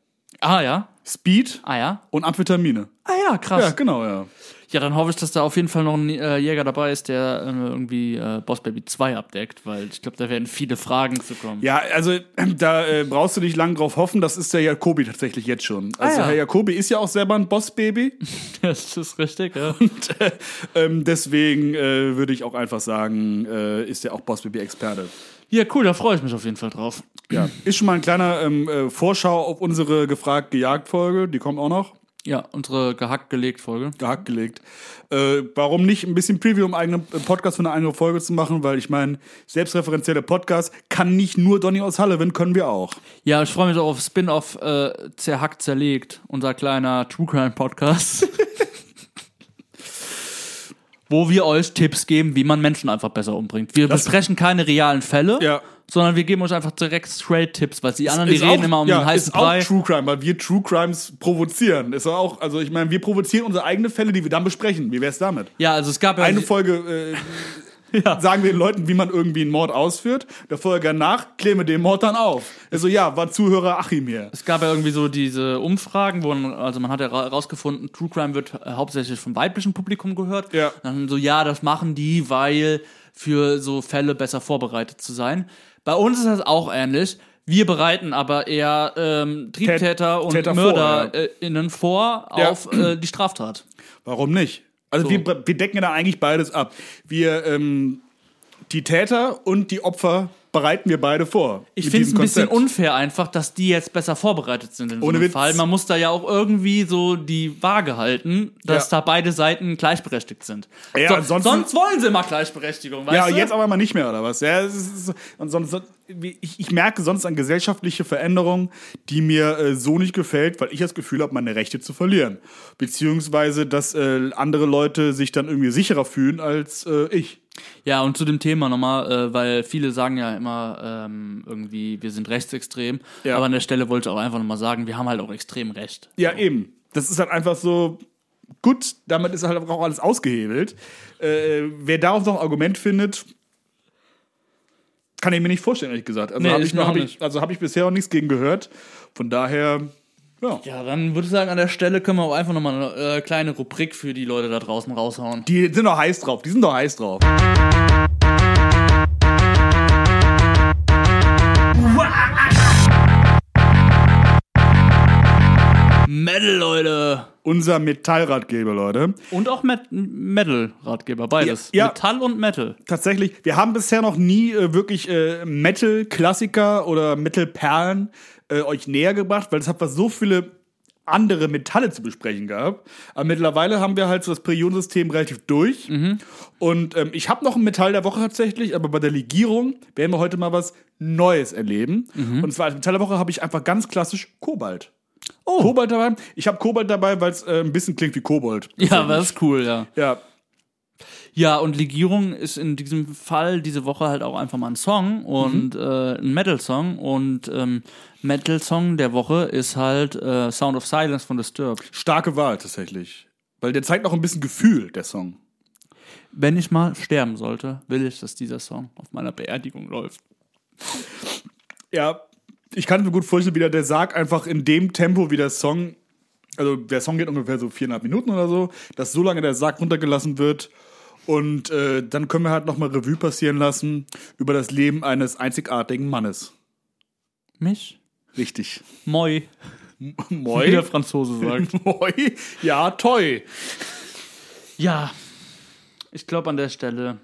Ah ja,
Speed
ah ja.
und Amphetamine.
Ah ja,
Ja,
krass. Ja,
genau, ja.
dann hoffe ich, dass da auf jeden Fall noch ein äh, Jäger dabei ist, der äh, irgendwie äh, Boss Baby 2 abdeckt, weil ich glaube, da werden viele Fragen zu kommen.
Ja, also ähm, da äh, brauchst du nicht lang drauf hoffen, das ist der Jakobi tatsächlich jetzt schon. Also
Ah, ja.
Herr Jakobi ist ja auch selber ein Bossbaby.
Das ist richtig, ja.
Und, äh, ähm, deswegen äh, würde ich auch einfach sagen, äh, ist er auch Bossbaby-Experte.
Ja, cool, da freue ich mich auf jeden Fall drauf.
Ja. Ist schon mal ein kleiner ähm, äh, Vorschau auf unsere Gefragt-Gejagt-Folge, die kommt auch noch.
Ja, unsere gehackt-gelegt-Folge.
Gehackt gelegt. Äh, warum nicht ein bisschen Preview, um einen eigenen äh, Podcast für eine eigene Folge zu machen? Weil ich meine, selbstreferenzieller Podcast kann nicht nur Donny aus Hallewind, können wir auch.
Ja, ich freue mich auch auf Spin-off äh, Zerhackt zerlegt, unser kleiner True Crime Podcast. wo wir euch Tipps geben, wie man Menschen einfach besser umbringt. Wir besprechen keine realen Fälle,
Ja.
sondern wir geben euch einfach direkt straight Tipps, weil die anderen, die
Ist
reden
auch-
immer um
ja,
den heißen
ist auch
Brei.
True Crime, weil wir True Crimes provozieren. Ist auch, also ich meine, wir provozieren unsere eigenen Fälle, die wir dann besprechen. Wie wär's damit?
Ja, also es gab ja
Eine Folge äh, sagen wir den Leuten, wie man irgendwie einen Mord ausführt. Der Folge danach klären wir den Mord dann auf. Also ja, war Zuhörer Achim hier.
Es gab ja irgendwie so diese Umfragen, wo man, also man hat ja ra- rausgefunden, True Crime wird äh, hauptsächlich vom weiblichen Publikum gehört.
Ja.
Dann so, ja, das machen die, weil für so Fälle besser vorbereitet zu sein. Bei uns ist das auch ähnlich. Wir bereiten aber eher ähm, Triebtäter und
Täter vor,
MörderInnen vor, äh, innen vor
Ja.
auf äh, die Straftat.
Warum nicht? Also wir, wir decken ja da eigentlich beides ab. Wir, ähm, die Täter und die Opfer bereiten wir beide vor.
Ich
mit
finde es
diesem
ein bisschen
Konzept.
unfair einfach, dass die jetzt besser vorbereitet sind in so
Ohne
einem
Witz.
Fall. Man muss da ja auch irgendwie so die Waage halten, dass
Ja.
da beide Seiten gleichberechtigt sind.
Ja,
so,
ansonsten-
sonst wollen sie immer Gleichberechtigung, weißt
Ja,
du?
jetzt aber mal nicht mehr, oder was? Ja, es ist, und sonst, sonst- wie- ich, ich merke sonst an gesellschaftliche Veränderungen, die mir äh, so nicht gefällt, weil ich das Gefühl habe, meine Rechte zu verlieren. Beziehungsweise, dass äh, andere Leute sich dann irgendwie sicherer fühlen als äh, ich.
Ja, und zu dem Thema nochmal, äh, weil viele sagen ja immer ähm, irgendwie, wir sind rechtsextrem.
Ja.
Aber an der Stelle wollte ich auch einfach nochmal sagen, wir haben halt auch extrem recht.
Ja, eben. Das ist halt einfach so. Gut, damit ist halt auch alles ausgehebelt. Äh, wer darauf noch ein Argument findet, kann ich mir nicht vorstellen, ehrlich gesagt. Also
Nee,
habe
ich
ich,
mir auch
hab ich,
nicht.
also hab ich bisher auch nichts gegen gehört. Von daher, ja.
Ja, dann würde ich sagen, an der Stelle können wir auch einfach nochmal eine äh, kleine Rubrik für die Leute da draußen raushauen.
Die sind doch heiß drauf, die sind doch heiß drauf.
Metal, Leute!
Unser Metallratgeber, Leute.
Und auch Met Metal-Ratgeber, beides.
Ja, ja.
Metall und Metal.
Tatsächlich, wir haben bisher noch nie äh, wirklich äh, Metal-Klassiker oder Metal-Perlen äh, euch näher gebracht, weil es hat was so viele andere Metalle zu besprechen gab. Aber mittlerweile haben wir halt so das Periodensystem relativ durch. Und ähm, ich habe noch ein Metall der Woche tatsächlich, aber bei der Legierung werden wir heute mal was Neues erleben. Und zwar als Metall der Woche habe ich einfach ganz klassisch Kobalt. Kobalt dabei. Ich habe Kobalt dabei, weil es äh, ein bisschen klingt wie Kobold.
Ja, das ist cool, ja.
Ja,
Ja, und Legierung ist in diesem Fall diese Woche halt auch einfach mal ein Song und äh, ein Metal-Song. Und ähm, Metal-Song der Woche ist halt äh, Sound of Silence von Disturbed.
Starke Wahl tatsächlich. Weil der zeigt auch ein bisschen Gefühl, der Song.
Wenn ich mal sterben sollte, will ich, dass dieser Song auf meiner Beerdigung läuft.
Ja, ich kann mir gut vorstellen, wie der- der Sarg einfach in dem Tempo, wie der Song, also der Song geht ungefähr so viereinhalb Minuten oder so, dass so lange der Sarg runtergelassen wird. Und äh, dann können wir halt nochmal Revue passieren lassen über das Leben eines einzigartigen Mannes.
Mich?
Richtig.
Moi, wie
Moi.
der Franzose sagt.
Moi. Ja, toi.
ja, ich glaube an der Stelle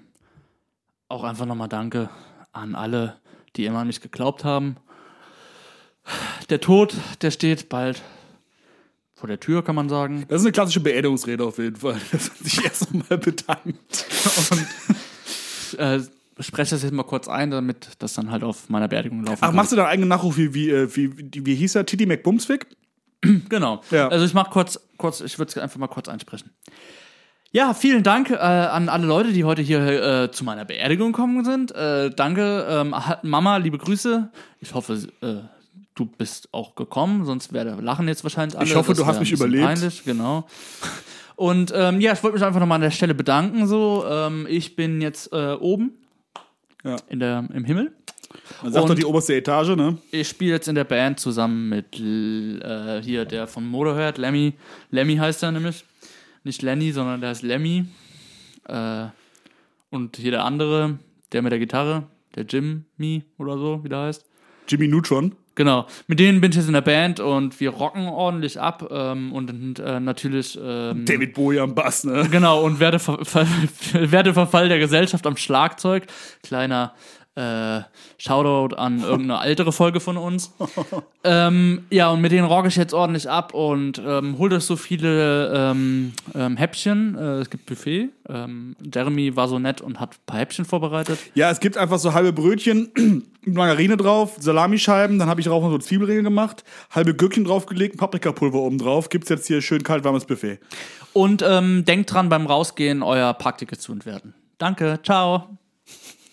auch einfach nochmal Danke an alle, die immer an mich geglaubt haben. Der Tod, der steht bald vor der Tür, kann man sagen.
Das ist eine klassische Beerdigungsrede auf jeden Fall. Das hat sich erst nochmal bedankt. Und
äh, spreche das jetzt mal kurz ein, damit das dann halt auf meiner Beerdigung laufen
Ach,
kann.
machst du deinen eigenen Nachruf wie, wie, äh, wie, wie, wie hieß er? Titi McBumswick?
Genau.
Ja.
Also ich mache kurz, kurz, ich würde es einfach mal kurz einsprechen. Ja, vielen Dank äh, an alle Leute, die heute hier äh, zu meiner Beerdigung gekommen sind. Äh, danke, ähm, ha- Mama, liebe Grüße. Ich hoffe, äh, du bist auch gekommen, sonst wär, lachen jetzt wahrscheinlich alle.
Ich hoffe,
Das
du hast
wär
mich
ein bisschen
überlebt.
Peinlich, genau. Und ähm, ja, ich wollte mich einfach nochmal an der Stelle bedanken. So, ähm, ich bin jetzt äh, oben
Ja.
in der, im Himmel.
Man sagt
Und-
doch die oberste Etage, ne?
ich spiele jetzt in der Band zusammen mit L- äh, hier der von Motorhead, Lemmy. Lemmy heißt er nämlich. Nicht Lenny, sondern der heißt Lemmy. Äh, und hier der andere, der mit der Gitarre, der Jimmy oder so, wie der heißt.
Jimmy Neutron.
Genau, mit denen bin ich jetzt in der Band und wir rocken ordentlich ab ähm, und äh, natürlich ähm,
David Bowie am Bass, ne?
Genau, und werde, Ver Ver werde Verfall der Gesellschaft am Schlagzeug. Kleiner äh, Shoutout an irgendeine ältere Folge von uns. ähm, ja, und mit denen rocke ich jetzt ordentlich ab und ähm, hol euch so viele ähm, ähm, Häppchen. Äh, es gibt Buffet. Ähm, Jeremy war so nett und hat ein paar Häppchen vorbereitet.
Ja, es gibt einfach so halbe Brötchen, Margarine drauf, Salamischeiben, dann habe ich drauf noch so Zwiebelringe gemacht, halbe Gürkchen draufgelegt, Paprikapulver oben drauf. Gibt's jetzt hier schön kalt warmes Buffet.
Und ähm, denkt dran, beim Rausgehen euer Parkticket zu entwerten. Danke, ciao.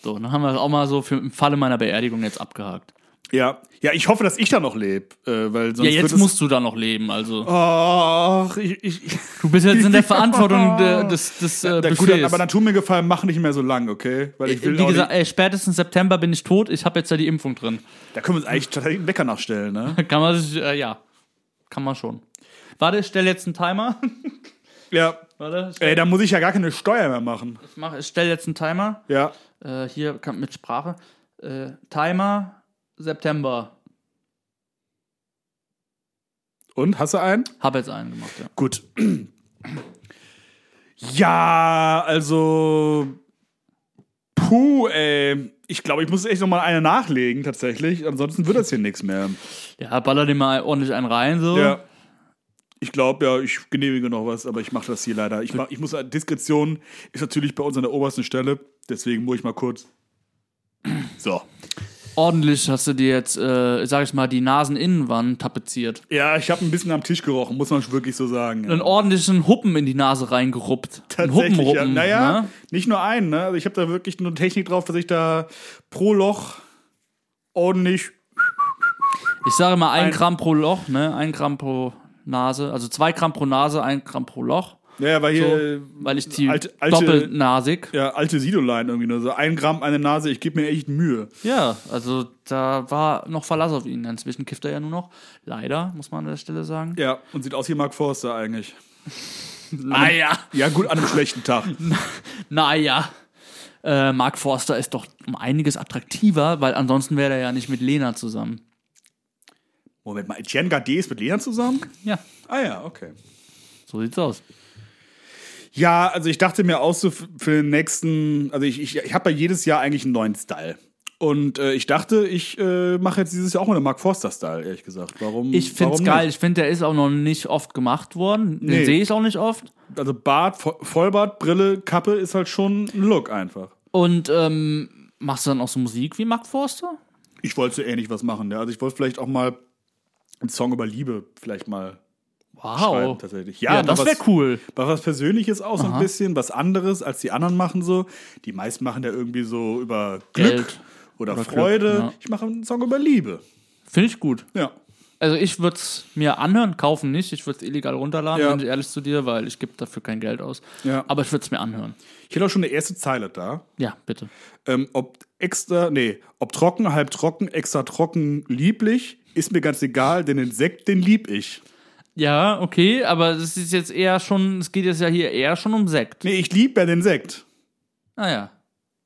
So, dann haben wir das auch mal so für, im Falle meiner Beerdigung jetzt abgehakt.
Ja, ja, ich hoffe, dass ich da noch lebe, äh, weil sonst
Ja,
wird
jetzt
es-
musst du da noch leben, also.
Ach, ich, ich,
Du bist jetzt in der Verantwortung de, des, des äh,
Na
Buffets.
gut, aber dann tut mir gefallen, mach nicht mehr so lang, okay? Weil ich will
Wie
auch
gesagt,
nicht,
ey, spätestens September bin ich tot. Ich habe jetzt ja die Impfung drin.
da können wir uns eigentlich tatsächlich einen Wecker nachstellen, ne?
Kann man sich, äh, ja, kann man schon. Warte, ich stelle jetzt einen Timer.
ja.
Warte, ich
Ey,
stelle
da muss ich ja gar keine Steuer mehr machen.
stell ich stell jetzt einen Timer.
Ja.
Äh, hier kann- mit Sprache. Äh, Timer September.
Und, hast du einen?
Hab jetzt einen gemacht, ja.
Gut. Ja, also. Puh, ey. Ich glaube, ich muss echt nochmal eine nachlegen, tatsächlich. Ansonsten wird das hier nichts mehr.
Ja, baller dir mal ordentlich einen rein, so.
Ja. Ich glaube, ja, ich genehmige noch was, aber ich mache das hier leider. Ich, mach, ich muss, äh, Diskretion ist natürlich bei uns an der obersten Stelle, deswegen muss ich mal kurz. So.
Ordentlich hast du dir jetzt, äh, sag ich mal, die Naseninnenwand tapeziert.
Ja, ich habe ein bisschen am Tisch gerochen, muss man wirklich so sagen.
Einen ordentlichen Huppen in die Nase reingeruppt. Einen
Tatsächlich, ja.
Huppenruppen.
Naja,
ne?
nicht nur einen, ne? Also ich habe da wirklich nur Technik drauf, dass ich da pro Loch ordentlich.
Ich sage mal ein,
Ein-
Gramm pro Loch, ne? Ein Gramm pro Nase. Also zwei Gramm pro Nase, ein Gramm pro Loch.
Ja, ja, weil
So,
hier.
weil ich die
alte- alte-
doppelnasig.
Ja, alte Sidoline irgendwie nur so. Ein Gramm, eine Nase, ich gebe mir echt Mühe.
Ja, also da war noch Verlass auf ihn. Inzwischen kifft er ja nur noch. Leider, muss man an der Stelle sagen.
Ja, und sieht aus wie Mark Forster eigentlich.
Naja,
Ja, gut, an einem schlechten Tag.
naja. Äh, Mark Forster ist doch um einiges attraktiver, weil ansonsten wäre er ja nicht mit Lena zusammen.
Moment mal, Etienne Gardet ist mit Lena zusammen?
Ja,
Ah ja, okay.
so sieht's aus.
Ja, also ich dachte mir auch so f- für den nächsten, also ich, ich, ich habe ja jedes Jahr eigentlich einen neuen Style. Und äh, ich dachte, ich äh, mache jetzt dieses Jahr auch mal einen Mark Forster-Style, ehrlich gesagt. Warum?
Ich find's
Hm, warum
geil.
Nicht?
Ich finde, der ist auch noch nicht oft gemacht worden. Den
Nee.
sehe ich auch nicht oft.
Also Bart, Vo- Vollbart, Brille, Kappe ist halt schon ein Look einfach.
Und ähm, machst du dann auch so Musik wie Mark Forster?
Ich wollte so ähnlich was machen, ja. Also ich wollte vielleicht auch mal einen Song über Liebe vielleicht mal schreiben,
Wow.
tatsächlich.
Ja,
mal
das
was-
wäre cool.
Mal was Persönliches auch so ein bisschen, was anderes, als die anderen machen so. Die meisten machen ja irgendwie so über Glück
Geld.
oder,
Oder
Freude.
Glück, ja.
Ich mache einen Song über Liebe.
Finde ich gut.
Ja.
Also ich würde es mir anhören, kaufen nicht. Ich würde es illegal runterladen,
Ja.
bin ich ehrlich zu dir, weil ich gebe dafür kein Geld aus.
Ja.
Aber ich würde es mir anhören.
Ich hätte auch schon eine erste Zeile da.
Ja, bitte.
Ähm, ob extra, nee, ob trocken, halb trocken, extra trocken, lieblich, ist mir ganz egal, denn den Sekt, den lieb ich.
Ja, okay, aber es ist jetzt eher schon, es geht jetzt ja hier eher schon um Sekt.
Nee, ich lieb ja den Sekt.
Naja.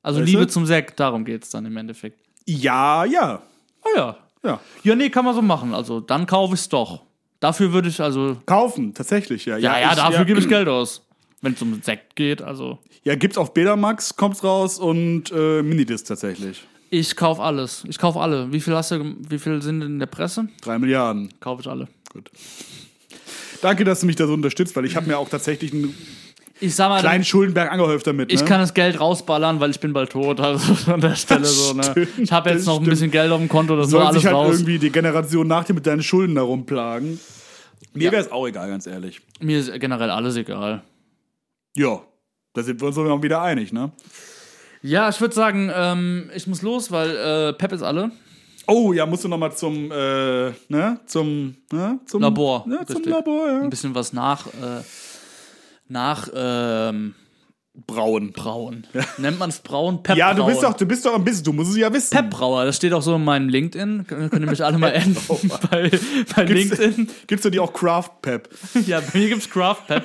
Also
Weißt
Liebe
du?
zum Sekt, darum geht es dann im Endeffekt.
Ja, ja.
Oh ja.
Ja.
Ja, nee, kann man so machen. Also dann kaufe ich es doch. Dafür würde ich also.
Kaufen, tatsächlich, ja.
Ja, ja,
ich,
dafür
ja,
gebe ich Geld aus. Wenn es um Sekt geht, also.
Ja, gibt's auf Betamax, kommt's raus und äh, Minidisc tatsächlich.
Ich kaufe alles. Ich kaufe alle. Wie viel hast du, gem- wie viel sind in der Presse?
Drei Milliarden.
Kaufe ich alle.
Gut. Danke, dass du mich da so unterstützt, weil ich habe mir auch tatsächlich einen
Ich sag mal,
kleinen Schuldenberg angehäuft damit. Ne?
Ich kann das Geld rausballern, weil ich bin bald tot. Also an der Stelle
Das
so, ne?
stimmt,
Ich habe jetzt
das
noch ein bisschen Geld auf dem Konto, das soll
Soll
alles
sich halt
raus.
irgendwie die Generation nach dir mit deinen Schulden da rumplagen. Mir wäre es auch egal, ganz ehrlich.
Mir ist generell alles egal.
Ja, da sind wir uns auch wieder einig, ne?
Ja, ich würde sagen, ähm, ich muss los, weil äh, Pep ist alle.
Oh, ja, musst du nochmal zum, äh, ne? Zum, ne? Zum
Labor,
Ne? Zum
richtig.
Labor, ja.
Ein bisschen was nach, äh, nach ähm,
Brauen.
Brauen. Nennt man es Brauen? Pep
Ja, du bist doch,
Brauen.
du bist doch ein bisschen, du musst es ja wissen.
Pep Brauer, das steht auch so in meinem LinkedIn. Kön- Könnt ihr mich alle mal enden bei, bei
Gibt's-
LinkedIn.
Gibst du dir auch Craft Pep?
Ja, bei mir gibt's Craft Pep.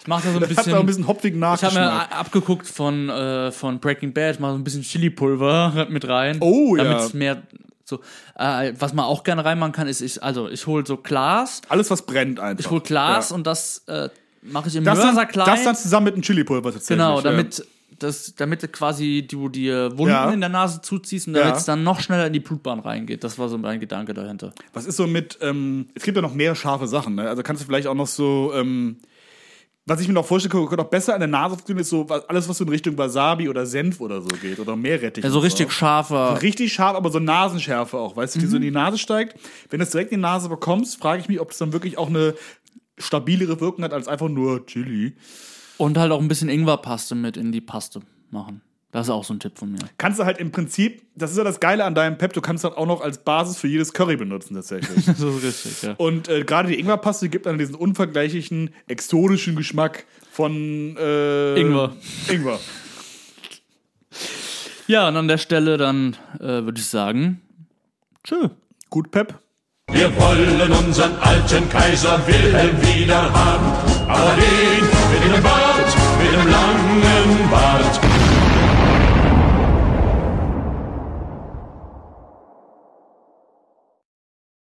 Ich mache da so ein
Hat
bisschen.
da ein bisschen hopfig
Ich habe mir
nachgeschmeckt.
a- abgeguckt von, äh, von Breaking Bad, mal so ein bisschen Chili-Pulver mit rein.
Oh, ja.
damit es mehr so. Äh, was man auch gerne reinmachen kann, ist, ich, also ich hole so Glas,
Alles, was brennt einfach.
ich hole Glas
Ja.
und das äh, mache ich im
das dann,
Mörser klein.
das dann zusammen mit einem Chili-Pulver tatsächlich.
genau,
ja.
damit, das, damit du quasi du dir Wunden
Ja.
in der Nase zuziehst und
Ja.
damit es dann noch schneller in die Blutbahn reingeht. Das war so mein Gedanke dahinter.
Was ist so mit, ähm, es gibt ja noch mehr scharfe Sachen, ne? Also kannst du vielleicht auch noch so ähm, Was ich mir noch vorstelle, könnte auch besser an der Nase tun, ist so was- alles, was so in Richtung Wasabi oder Senf oder so geht. Oder Meerrettich.
Ja, so
und
richtig scharfer.
Richtig scharf, aber so Nasenschärfe auch, weißt du, die so in
Mhm.
die Nase steigt. Wenn du es direkt in die Nase bekommst, frage ich mich, ob es dann wirklich auch eine stabilere Wirkung hat als einfach nur Chili.
Und halt auch ein bisschen Ingwerpaste mit in die Paste machen. Das ist auch so ein Tipp von mir.
Kannst du halt im Prinzip, das ist ja das Geile an deinem Pep, du kannst halt auch noch als Basis für jedes Curry benutzen tatsächlich.
So richtig, ja.
Und äh, gerade die Ingwerpaste gibt dann diesen unvergleichlichen, exotischen Geschmack von äh,
Ingwer.
Ingwer.
Ja, und an der Stelle dann äh, würde ich sagen, tschö.
Gut, Pep.
Wir wollen unseren alten Kaiser Wilhelm wieder haben, aber den mit dem Bart, mit dem langen Bart.